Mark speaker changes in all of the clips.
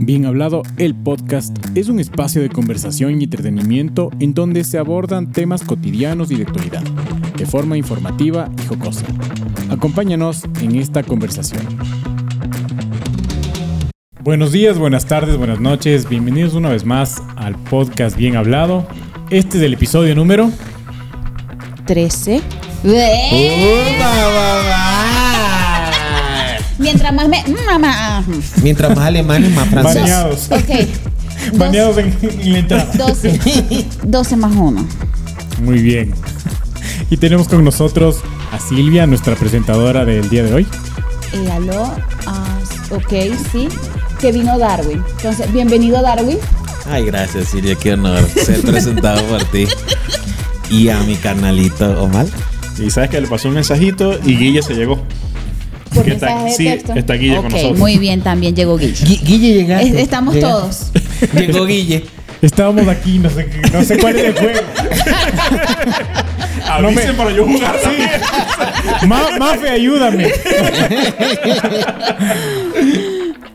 Speaker 1: Bien Hablado, el podcast, es un espacio de conversación y entretenimiento en donde se abordan temas cotidianos y de actualidad, de forma informativa y jocosa. Acompáñanos en esta conversación. Buenos días, buenas tardes, buenas noches, bienvenidos una vez más al podcast Bien Hablado. Este es el episodio número...
Speaker 2: 13.
Speaker 1: Oh.
Speaker 3: Mientras más me. mm, Mamá.
Speaker 4: Mientras más alemanes, más franceses.
Speaker 1: Baneados.
Speaker 3: Ok.
Speaker 1: Baneados en, en la entrada.
Speaker 3: 12. 12 más 1.
Speaker 1: Muy bien. Y tenemos con nosotros a Silvia, nuestra presentadora del día de hoy.
Speaker 3: Y Eh, aló. ah, ok, sí. Que vino Darwin. Entonces, bienvenido Darwin.
Speaker 4: Ay, gracias, Silvia, qué honor ser presentado por ti. Y a mi carnalito Omar.
Speaker 5: Y sabes que le pasó un mensajito y Guille se llegó.
Speaker 3: Por
Speaker 5: ¿Qué tal?
Speaker 3: mensaje de
Speaker 5: Sí,
Speaker 3: texto.
Speaker 5: está Guille con
Speaker 3: Ok,
Speaker 5: nosotros.
Speaker 3: Muy bien, también llegó Guille.
Speaker 4: Gui- Guille llegaste.
Speaker 3: Es- estamos
Speaker 4: Llega-
Speaker 3: todos.
Speaker 4: Llegó Guille.
Speaker 1: Estábamos aquí, no sé, qué- no sé cuál es el juego.
Speaker 5: No me... para yo jugar.
Speaker 1: Ma- Mafe, ayúdame.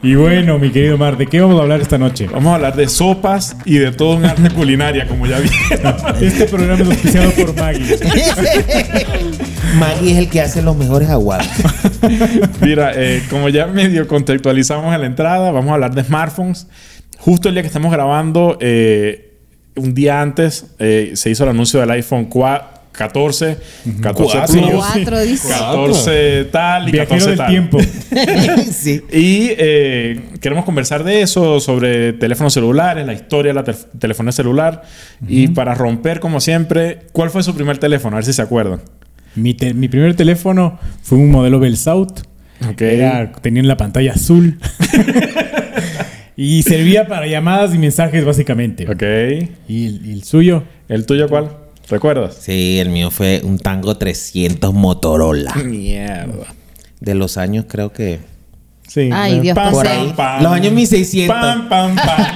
Speaker 1: y bueno, mi querido Mar, ¿de qué vamos a hablar esta noche?
Speaker 5: Vamos a hablar de sopas y de todo un arte culinaria, como ya vieron.
Speaker 1: Este programa es auspiciado por Maggie.
Speaker 4: Maggie es el que hace los mejores aguados.
Speaker 5: Mira, eh, como ya medio contextualizamos en la entrada, vamos a hablar de smartphones. Justo el día que estamos grabando, eh, un día antes, eh, se hizo el anuncio del iPhone 4, 14, 14
Speaker 4: Cuatro.
Speaker 5: Plus,
Speaker 3: Cuatro, dice.
Speaker 5: 14 tal y
Speaker 1: Viajero
Speaker 5: 14
Speaker 1: del
Speaker 5: tal.
Speaker 1: tiempo.
Speaker 4: sí.
Speaker 5: Y eh, queremos conversar de eso, sobre teléfonos celulares, la historia de la tel- telefonía celular. Y para romper, como siempre, ¿cuál fue su primer teléfono? A ver si se acuerdan.
Speaker 1: Mi, te- mi primer teléfono fue un modelo Bell South.
Speaker 5: Ok.
Speaker 1: Era, tenía la pantalla azul. y servía para llamadas y mensajes, básicamente.
Speaker 5: Ok.
Speaker 1: ¿Y el- y el suyo?
Speaker 5: ¿El tuyo cuál? ¿Recuerdas?
Speaker 4: Sí, el mío fue un Tango 300 Motorola.
Speaker 5: Mierda.
Speaker 4: De los años, creo que.
Speaker 5: Sí.
Speaker 3: Ay, Dios,
Speaker 5: pam,
Speaker 3: pasé.
Speaker 5: pam, pam.
Speaker 4: Los años 1600.
Speaker 5: Pam, pam, pam.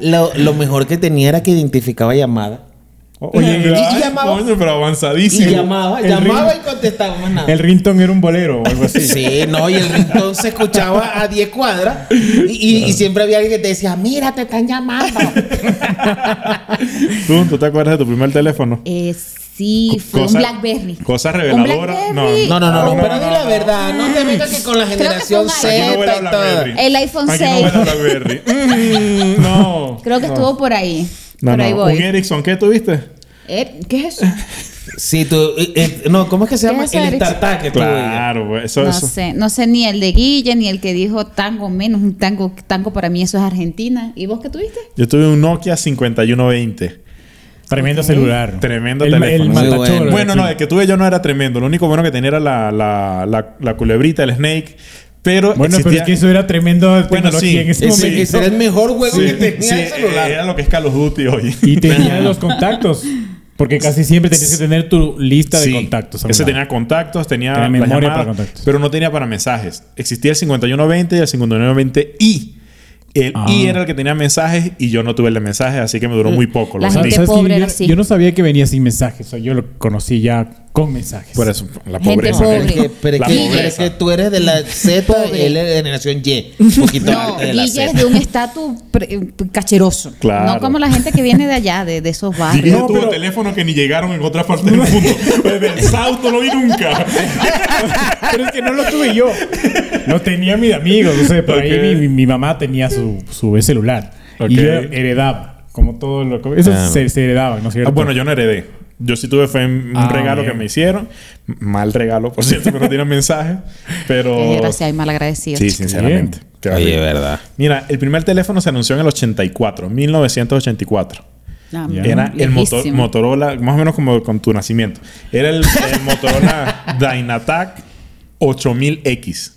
Speaker 4: Lo, lo mejor que tenía era que identificaba llamada.
Speaker 1: Oye,
Speaker 4: Y- y
Speaker 5: ay,
Speaker 4: llamaba.
Speaker 5: coño, pero
Speaker 4: Y
Speaker 5: avanzadísimo.
Speaker 4: llamaba,
Speaker 1: el
Speaker 4: llamaba y
Speaker 1: ring-
Speaker 4: contestaba más nada.
Speaker 1: El Rinton era un bolero o algo así.
Speaker 4: Sí, no, y el rintón se escuchaba a 10 cuadras y, y- y siempre había alguien que te decía, mira, te están llamando.
Speaker 5: ¿Tú, tú te acuerdas de tu primer teléfono?
Speaker 3: Eh, sí,
Speaker 5: Co-
Speaker 3: fue un
Speaker 5: cosa-
Speaker 3: Blackberry.
Speaker 5: Cosa
Speaker 3: Un
Speaker 5: reveladora.
Speaker 3: Blackberry.
Speaker 4: No, no, no, no,
Speaker 5: No,
Speaker 4: pero
Speaker 5: no,
Speaker 4: di
Speaker 5: no,
Speaker 4: la
Speaker 5: no.
Speaker 4: verdad, no te metas que con la
Speaker 3: que
Speaker 4: generación
Speaker 3: con alguien.
Speaker 4: Z
Speaker 5: Aquí no huele a
Speaker 4: y todo.
Speaker 5: Blackberry.
Speaker 3: El iPhone
Speaker 5: Aquí no
Speaker 3: 6.
Speaker 5: huele a Blackberry. Mm, no.
Speaker 3: Creo que estuvo por ahí.
Speaker 5: No,
Speaker 3: por ahí
Speaker 5: no.
Speaker 3: voy.
Speaker 5: ¿Un Ericsson qué tuviste?
Speaker 3: Eh, ¿Qué es eso?
Speaker 4: Sí, tú, eh, eh, no, ¿cómo es que se
Speaker 3: ¿Qué
Speaker 4: llama?
Speaker 3: es
Speaker 4: El este
Speaker 3: Ericsson?
Speaker 4: StarTag que tú veías.
Speaker 5: Claro, güey. Eso,
Speaker 3: no
Speaker 5: eso.
Speaker 3: sé, no sé ni el de Guille, ni el que dijo tango menos, un tango, tango para mí eso es Argentina. ¿Y vos qué tuviste?
Speaker 5: Yo tuve un Nokia 5120.
Speaker 1: Tremendo celular.
Speaker 5: Tremendo
Speaker 1: el,
Speaker 5: teléfono.
Speaker 1: El
Speaker 5: Muy
Speaker 1: matachoro
Speaker 4: bueno.
Speaker 1: de
Speaker 5: Bueno,
Speaker 1: aquí.
Speaker 5: no, el que tuve yo no era tremendo. Lo único bueno que tenía era la, la, la, la culebrita, el snake. Pero
Speaker 1: Bueno, pero es que eso era tremendo tecnología
Speaker 5: sí.
Speaker 1: en ese,
Speaker 5: Ese-
Speaker 1: momento.
Speaker 4: Ese, ese era el mejor juego
Speaker 5: Sí,
Speaker 4: que tenía
Speaker 5: sí,
Speaker 4: el celular.
Speaker 5: Era lo que es Call of Duty hoy.
Speaker 1: Y tenía los contactos. Porque casi siempre tenías que tener tu lista de
Speaker 5: Sí,
Speaker 1: contactos. a un
Speaker 5: Ese
Speaker 1: lado.
Speaker 5: tenía contactos, tenía,
Speaker 1: Tenía
Speaker 5: las
Speaker 1: memoria para
Speaker 5: llamadas,
Speaker 1: contactos.
Speaker 5: pero no tenía para mensajes. Existía el 5120 y el 5920i. El
Speaker 1: Ah.
Speaker 5: i era el que tenía mensajes y yo no tuve el de mensajes, así que me duró muy poco.
Speaker 3: La
Speaker 5: Lo
Speaker 3: gente
Speaker 5: vendí.
Speaker 1: ¿Sabes qué?
Speaker 3: pobre
Speaker 1: Yo-
Speaker 3: era así.
Speaker 1: Yo no sabía que venía sin mensajes. o sea, yo lo conocí ya con mensajes.
Speaker 5: Por eso, la
Speaker 3: Gente
Speaker 5: pobreza.
Speaker 3: pobre.
Speaker 5: Nelly.
Speaker 4: Que- pero es
Speaker 5: La
Speaker 4: que,
Speaker 5: pobreza.
Speaker 4: es que tú eres de la Z,
Speaker 3: Pobre.
Speaker 4: él es de generación Y. Un poquito
Speaker 3: No,
Speaker 4: antes de la
Speaker 3: Guille es
Speaker 4: Z.
Speaker 3: de un estatus pre- eh, cacheroso.
Speaker 5: Claro.
Speaker 3: No como la gente que viene de allá, de, de esos
Speaker 1: Ah,
Speaker 5: Dije
Speaker 3: barrios.
Speaker 5: no, tuvo teléfonos que ni llegaron en otras partes del mundo. Desde el South no lo vi nunca.
Speaker 1: Pero es que no lo tuve yo. Lo tenía mi amigo. No sé, por ahí
Speaker 5: Ok.
Speaker 1: mi, mi mamá tenía su, su celular. Y
Speaker 5: Ok.
Speaker 1: yo heredaba. Como todo lo. Eso
Speaker 4: Ah.
Speaker 1: se, se heredaba, ¿no es cierto?
Speaker 5: Ah, bueno, yo no heredé. Yo sí tuve fue un un
Speaker 1: Ah,
Speaker 5: regalo
Speaker 1: bien.
Speaker 5: que me hicieron. M- Mal regalo, por cierto, que no tienen mensaje. Pero.
Speaker 3: Qué desgracia y malagradecido.
Speaker 5: Sí, sinceramente.
Speaker 1: Bien.
Speaker 5: Qué
Speaker 4: Oye,
Speaker 5: horrible.
Speaker 4: verdad.
Speaker 5: Mira, el primer teléfono se anunció en el 84, 1984.
Speaker 3: Ah,
Speaker 1: Ya.
Speaker 5: Era el moto-
Speaker 3: lejísimo.
Speaker 5: Motorola, más o menos como con tu nacimiento. Era el, el Motorola Dynatac 8000X.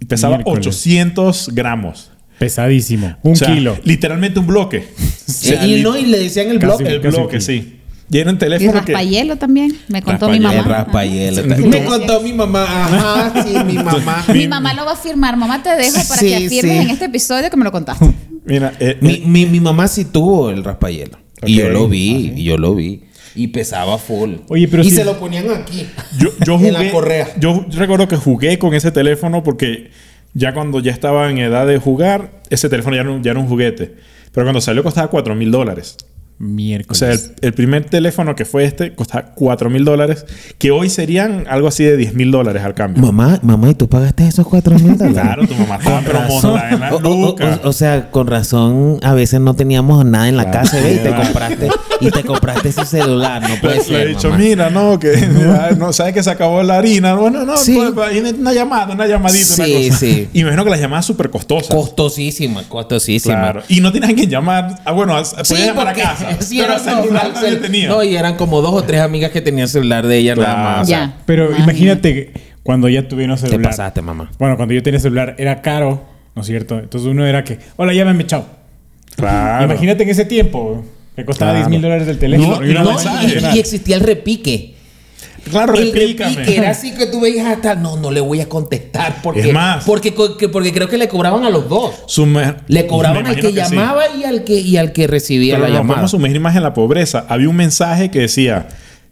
Speaker 5: Y Pesaba
Speaker 1: Miércoles.
Speaker 5: 800 gramos.
Speaker 1: Pesadísimo. Un
Speaker 5: O sea,
Speaker 1: kilo.
Speaker 5: Literalmente un bloque. O sea,
Speaker 4: y,
Speaker 5: lit-
Speaker 4: no, y le decían el
Speaker 1: Casi-
Speaker 4: bloque.
Speaker 5: el
Speaker 1: casi
Speaker 5: bloque,
Speaker 1: un kilo.
Speaker 5: sí. Y era un
Speaker 3: Y
Speaker 5: teléfono que...
Speaker 3: raspayelo también, me contó mi
Speaker 4: El
Speaker 3: mamá.
Speaker 4: raspayelo.
Speaker 3: Ajá.
Speaker 4: Me contó mi mamá. Ajá, sí, mi mamá.
Speaker 3: Mi mamá lo va a firmar. Mamá, te dejo para
Speaker 4: Sí,
Speaker 3: que afirmes
Speaker 4: sí.
Speaker 3: en este episodio que me lo contaste.
Speaker 5: Mira, eh,
Speaker 4: Mi, mi, mi mamá sí tuvo el raspayelo. Y
Speaker 5: Ok.
Speaker 4: yo
Speaker 5: Ah,
Speaker 4: lo vi, y yo lo vi. Y pesaba full.
Speaker 1: Oye, pero
Speaker 4: y
Speaker 1: si-
Speaker 4: se lo ponían aquí.
Speaker 5: Yo, yo
Speaker 4: En
Speaker 5: jugué.
Speaker 4: la correa.
Speaker 5: Yo recuerdo que jugué con ese teléfono porque Ya cuando ya estaba en edad de jugar, ese teléfono ya era un, ya era un juguete. Pero cuando salió costaba 4 mil dólares. O
Speaker 1: Miércoles.
Speaker 5: sea, el, el primer teléfono que fue este costaba 4 mil dólares, que hoy serían algo así de 10 mil dólares al cambio.
Speaker 4: Mamá, mamá, ¿y tú pagaste esos cuatro mil dólares?
Speaker 5: Claro, tu mamá estaba pero montada en la
Speaker 4: O, o-
Speaker 5: nuca.
Speaker 4: o- o sea, con razón, a veces no teníamos nada en la
Speaker 5: Claro,
Speaker 4: casa, ¿ve? Y
Speaker 5: sí,
Speaker 4: te
Speaker 5: va.
Speaker 4: compraste, y te compraste su celular, no
Speaker 5: Le,
Speaker 4: puede
Speaker 5: Pues le he
Speaker 4: ser,
Speaker 5: dicho,
Speaker 4: Pues mamá.
Speaker 5: mira, no, que ah, no, sabes que se acabó la harina. Bueno, no,
Speaker 4: Sí.
Speaker 5: pues, pues, ahí una llamada, una llamadita,
Speaker 4: Sí,
Speaker 5: una cosa.
Speaker 4: sí.
Speaker 5: Y me imagino que las llamadas súper costosas.
Speaker 4: Costosísima, costosísima.
Speaker 5: Claro. Y no tenías a quien llamar. Ah, bueno, podías llamar a
Speaker 4: porque-
Speaker 5: casa.
Speaker 4: sí,
Speaker 5: pero
Speaker 4: era
Speaker 5: el celular
Speaker 4: normal,
Speaker 5: nadie
Speaker 4: cel-
Speaker 5: tenía.
Speaker 4: No, y eran como dos o tres amigas que tenían celular de ella
Speaker 5: Claro.
Speaker 4: nada más.
Speaker 6: Ya.
Speaker 1: Pero
Speaker 6: Imagínate.
Speaker 1: imagínate cuando ya tuvieron
Speaker 4: Te
Speaker 1: celular.
Speaker 4: pasaste, mamá.
Speaker 1: Bueno, cuando yo tenía celular era caro, ¿no es cierto? Entonces uno era que, hola, llámame, chao.
Speaker 5: Claro.
Speaker 1: Imagínate en ese tiempo, que costaba
Speaker 5: Claro.
Speaker 1: 10 mil dólares el teléfono.
Speaker 5: No,
Speaker 1: y una
Speaker 5: no,
Speaker 1: mancha
Speaker 5: y-
Speaker 1: adicional.
Speaker 4: Y existía el repique.
Speaker 5: Claro,
Speaker 4: El
Speaker 5: Ah, replícame.
Speaker 4: repique era así que tú veías hasta, no, no le voy a contestar. Porque,
Speaker 5: Es más.
Speaker 4: Porque, co- que- porque creo que le cobraban a los dos.
Speaker 5: Sumer-
Speaker 4: Le cobraban
Speaker 5: Me
Speaker 4: al
Speaker 5: imagino
Speaker 4: que,
Speaker 5: sí.
Speaker 4: llamaba y al que y al que recibía
Speaker 5: Pero
Speaker 4: la
Speaker 5: nos
Speaker 4: llamada.
Speaker 5: podemos sumergir más en la pobreza. Había un mensaje que decía.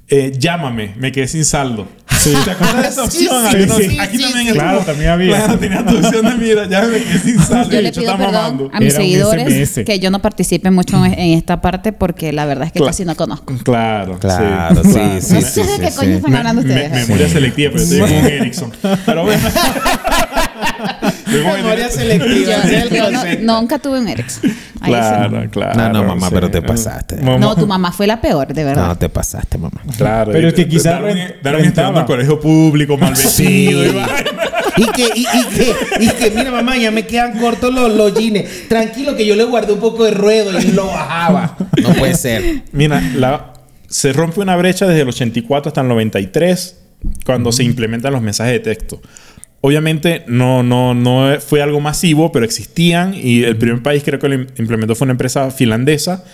Speaker 5: eh, llámame, me quedé sin saldo. ¿Te acuerdas de esa
Speaker 4: Sí,
Speaker 5: opción?
Speaker 4: sí,
Speaker 5: Había una-
Speaker 1: sí, sí,
Speaker 5: aquí
Speaker 4: sí,
Speaker 5: también
Speaker 4: sí.
Speaker 5: estuvo.
Speaker 1: Claro, también había.
Speaker 5: Claro, tenía tu opción de mira, ya me quedé sin saldo.
Speaker 3: Yo
Speaker 5: El
Speaker 3: le
Speaker 5: bicho
Speaker 3: pido
Speaker 5: está
Speaker 3: perdón
Speaker 5: mamando.
Speaker 3: a mis
Speaker 1: Era un
Speaker 3: seguidores
Speaker 1: SMS.
Speaker 3: que yo no participe mucho en, en esta parte porque la verdad es que
Speaker 5: Claro.
Speaker 3: casi no conozco.
Speaker 5: Claro,
Speaker 4: Claro, sí, sí,
Speaker 3: no sé de qué coño están
Speaker 5: Me-
Speaker 3: hablando
Speaker 5: me-
Speaker 3: ustedes.
Speaker 5: memoria selectiva, pero estoy con Ericsson. Pero bueno. Estoy con
Speaker 7: Memoria
Speaker 5: Ericsson.
Speaker 7: selectiva.
Speaker 3: Yo-
Speaker 7: ese es el
Speaker 3: yo no-
Speaker 7: concepto.
Speaker 3: nunca tuve un Ericsson. Ahí sí.
Speaker 5: Claro, claro.
Speaker 4: No, no, mamá, pero te pasaste.
Speaker 5: Mamá.
Speaker 3: No, tu mamá fue la peor, de verdad.
Speaker 4: No, te pasaste, mamá.
Speaker 5: Claro.
Speaker 1: Pero es que quizás
Speaker 5: quizás
Speaker 1: rent-
Speaker 5: Daron entrando
Speaker 1: rentaba.
Speaker 5: al colegio público, mal vestido y va.
Speaker 7: Y que, y, y que, y que, mira, mamá, ya me quedan cortos los, los jeans. Tranquilo, que yo le guardé un poco de ruedo y lo bajaba.
Speaker 4: No puede ser.
Speaker 5: Mira, la- se rompe una brecha desde el 84 hasta el 93 cuando se implementan los mensajes de texto. Obviamente no, no, no fue algo masivo, pero existían y el primer país creo que lo im- implementó fue una empresa finlandesa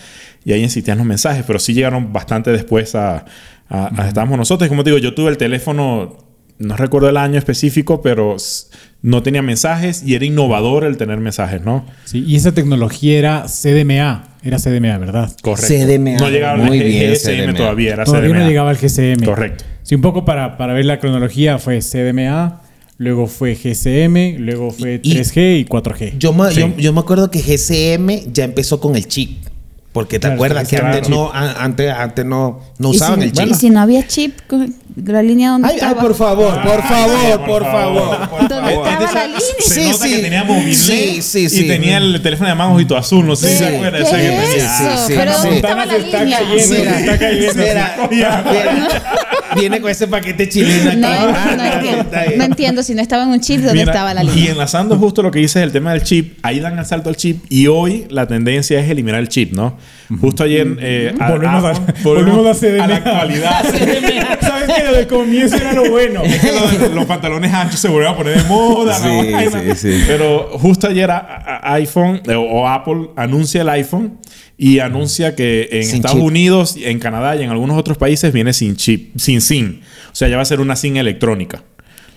Speaker 5: y ahí existían los mensajes, pero sí llegaron bastante después a, a, a estábamos nosotros. Y Como te digo, yo tuve el teléfono, no recuerdo el año específico, pero s- no tenía mensajes y era innovador el tener mensajes, ¿no?
Speaker 1: Sí, y esa tecnología era CDMA. Era CDMA, ¿verdad?
Speaker 5: Correcto.
Speaker 4: CDMA.
Speaker 5: No llegaba
Speaker 4: Muy
Speaker 5: el
Speaker 4: bien,
Speaker 5: GSM
Speaker 4: CDMA.
Speaker 5: todavía, era
Speaker 1: Todavía no
Speaker 5: CDMA.
Speaker 1: llegaba al GCM.
Speaker 5: Correcto.
Speaker 1: Sí, un poco para, para ver la cronología fue CDMA, luego fue GCM, luego fue
Speaker 4: Y-
Speaker 1: 3G y 4G.
Speaker 4: Yo me,
Speaker 5: Sí.
Speaker 4: yo, yo me acuerdo que GSM ya empezó con el chip. Porque te
Speaker 1: Claro,
Speaker 4: acuerdas que
Speaker 1: claro.
Speaker 4: antes no, a- antes, antes no, no
Speaker 3: Y si-
Speaker 4: usaban
Speaker 3: y,
Speaker 4: el
Speaker 3: si,
Speaker 4: chip.
Speaker 3: no había chip, cu- la línea donde
Speaker 7: Ay, ay,
Speaker 3: estaba.
Speaker 7: por favor, por
Speaker 5: Ay,
Speaker 7: favor,
Speaker 5: por
Speaker 7: por
Speaker 5: favor.
Speaker 7: favor.
Speaker 3: ¿Dónde estaba la línea?
Speaker 5: Se
Speaker 4: Sí,
Speaker 5: nota
Speaker 4: sí.
Speaker 5: que tenía móvil
Speaker 4: Sí, sí, sí.
Speaker 5: y tenía el teléfono de mano ojito azul, no sé si
Speaker 4: Sí.
Speaker 5: se acuerdan
Speaker 3: ¿Qué
Speaker 5: ese que
Speaker 3: es
Speaker 5: tenía.
Speaker 4: Sí,
Speaker 3: eso?
Speaker 4: sí,
Speaker 3: Pero
Speaker 4: sí.
Speaker 3: ¿dónde estaba
Speaker 1: Montana
Speaker 3: la
Speaker 1: se está
Speaker 3: línea?
Speaker 1: cayendo.
Speaker 7: Mira,
Speaker 1: Está cayendo,
Speaker 7: mira,
Speaker 1: se está
Speaker 7: mira. Viene con ese paquete chileno
Speaker 3: No,
Speaker 7: aquí.
Speaker 3: no, no
Speaker 7: Ah,
Speaker 3: entiendo,
Speaker 7: está bien.
Speaker 3: no entiendo si no estaba en un chip, ¿dónde
Speaker 5: Mira,
Speaker 3: estaba la
Speaker 5: y
Speaker 3: línea?
Speaker 5: enlazando justo lo que dices el tema del chip, ahí dan el salto al chip y hoy la tendencia es eliminar el chip, ¿no? Justo ayer eh,
Speaker 1: Volvemos a-
Speaker 5: Apple-
Speaker 1: volvemos a
Speaker 5: a la
Speaker 1: CDMA.
Speaker 5: actualidad.
Speaker 1: ¿Sabes qué? Lo del comienzo era lo bueno.
Speaker 5: Es que lo de- los pantalones anchos se volvieron a poner de moda. la
Speaker 4: Sí, sí,
Speaker 5: vaina.
Speaker 4: sí.
Speaker 5: Pero justo ayer a- a- a- iPhone eh, o Apple anuncia el iPhone y anuncia que en
Speaker 4: Sin
Speaker 5: Estados
Speaker 4: chip.
Speaker 5: Unidos, en Canadá y en algunos otros países viene sin chip, sin SIM. O sea, ya va a ser una SIM electrónica.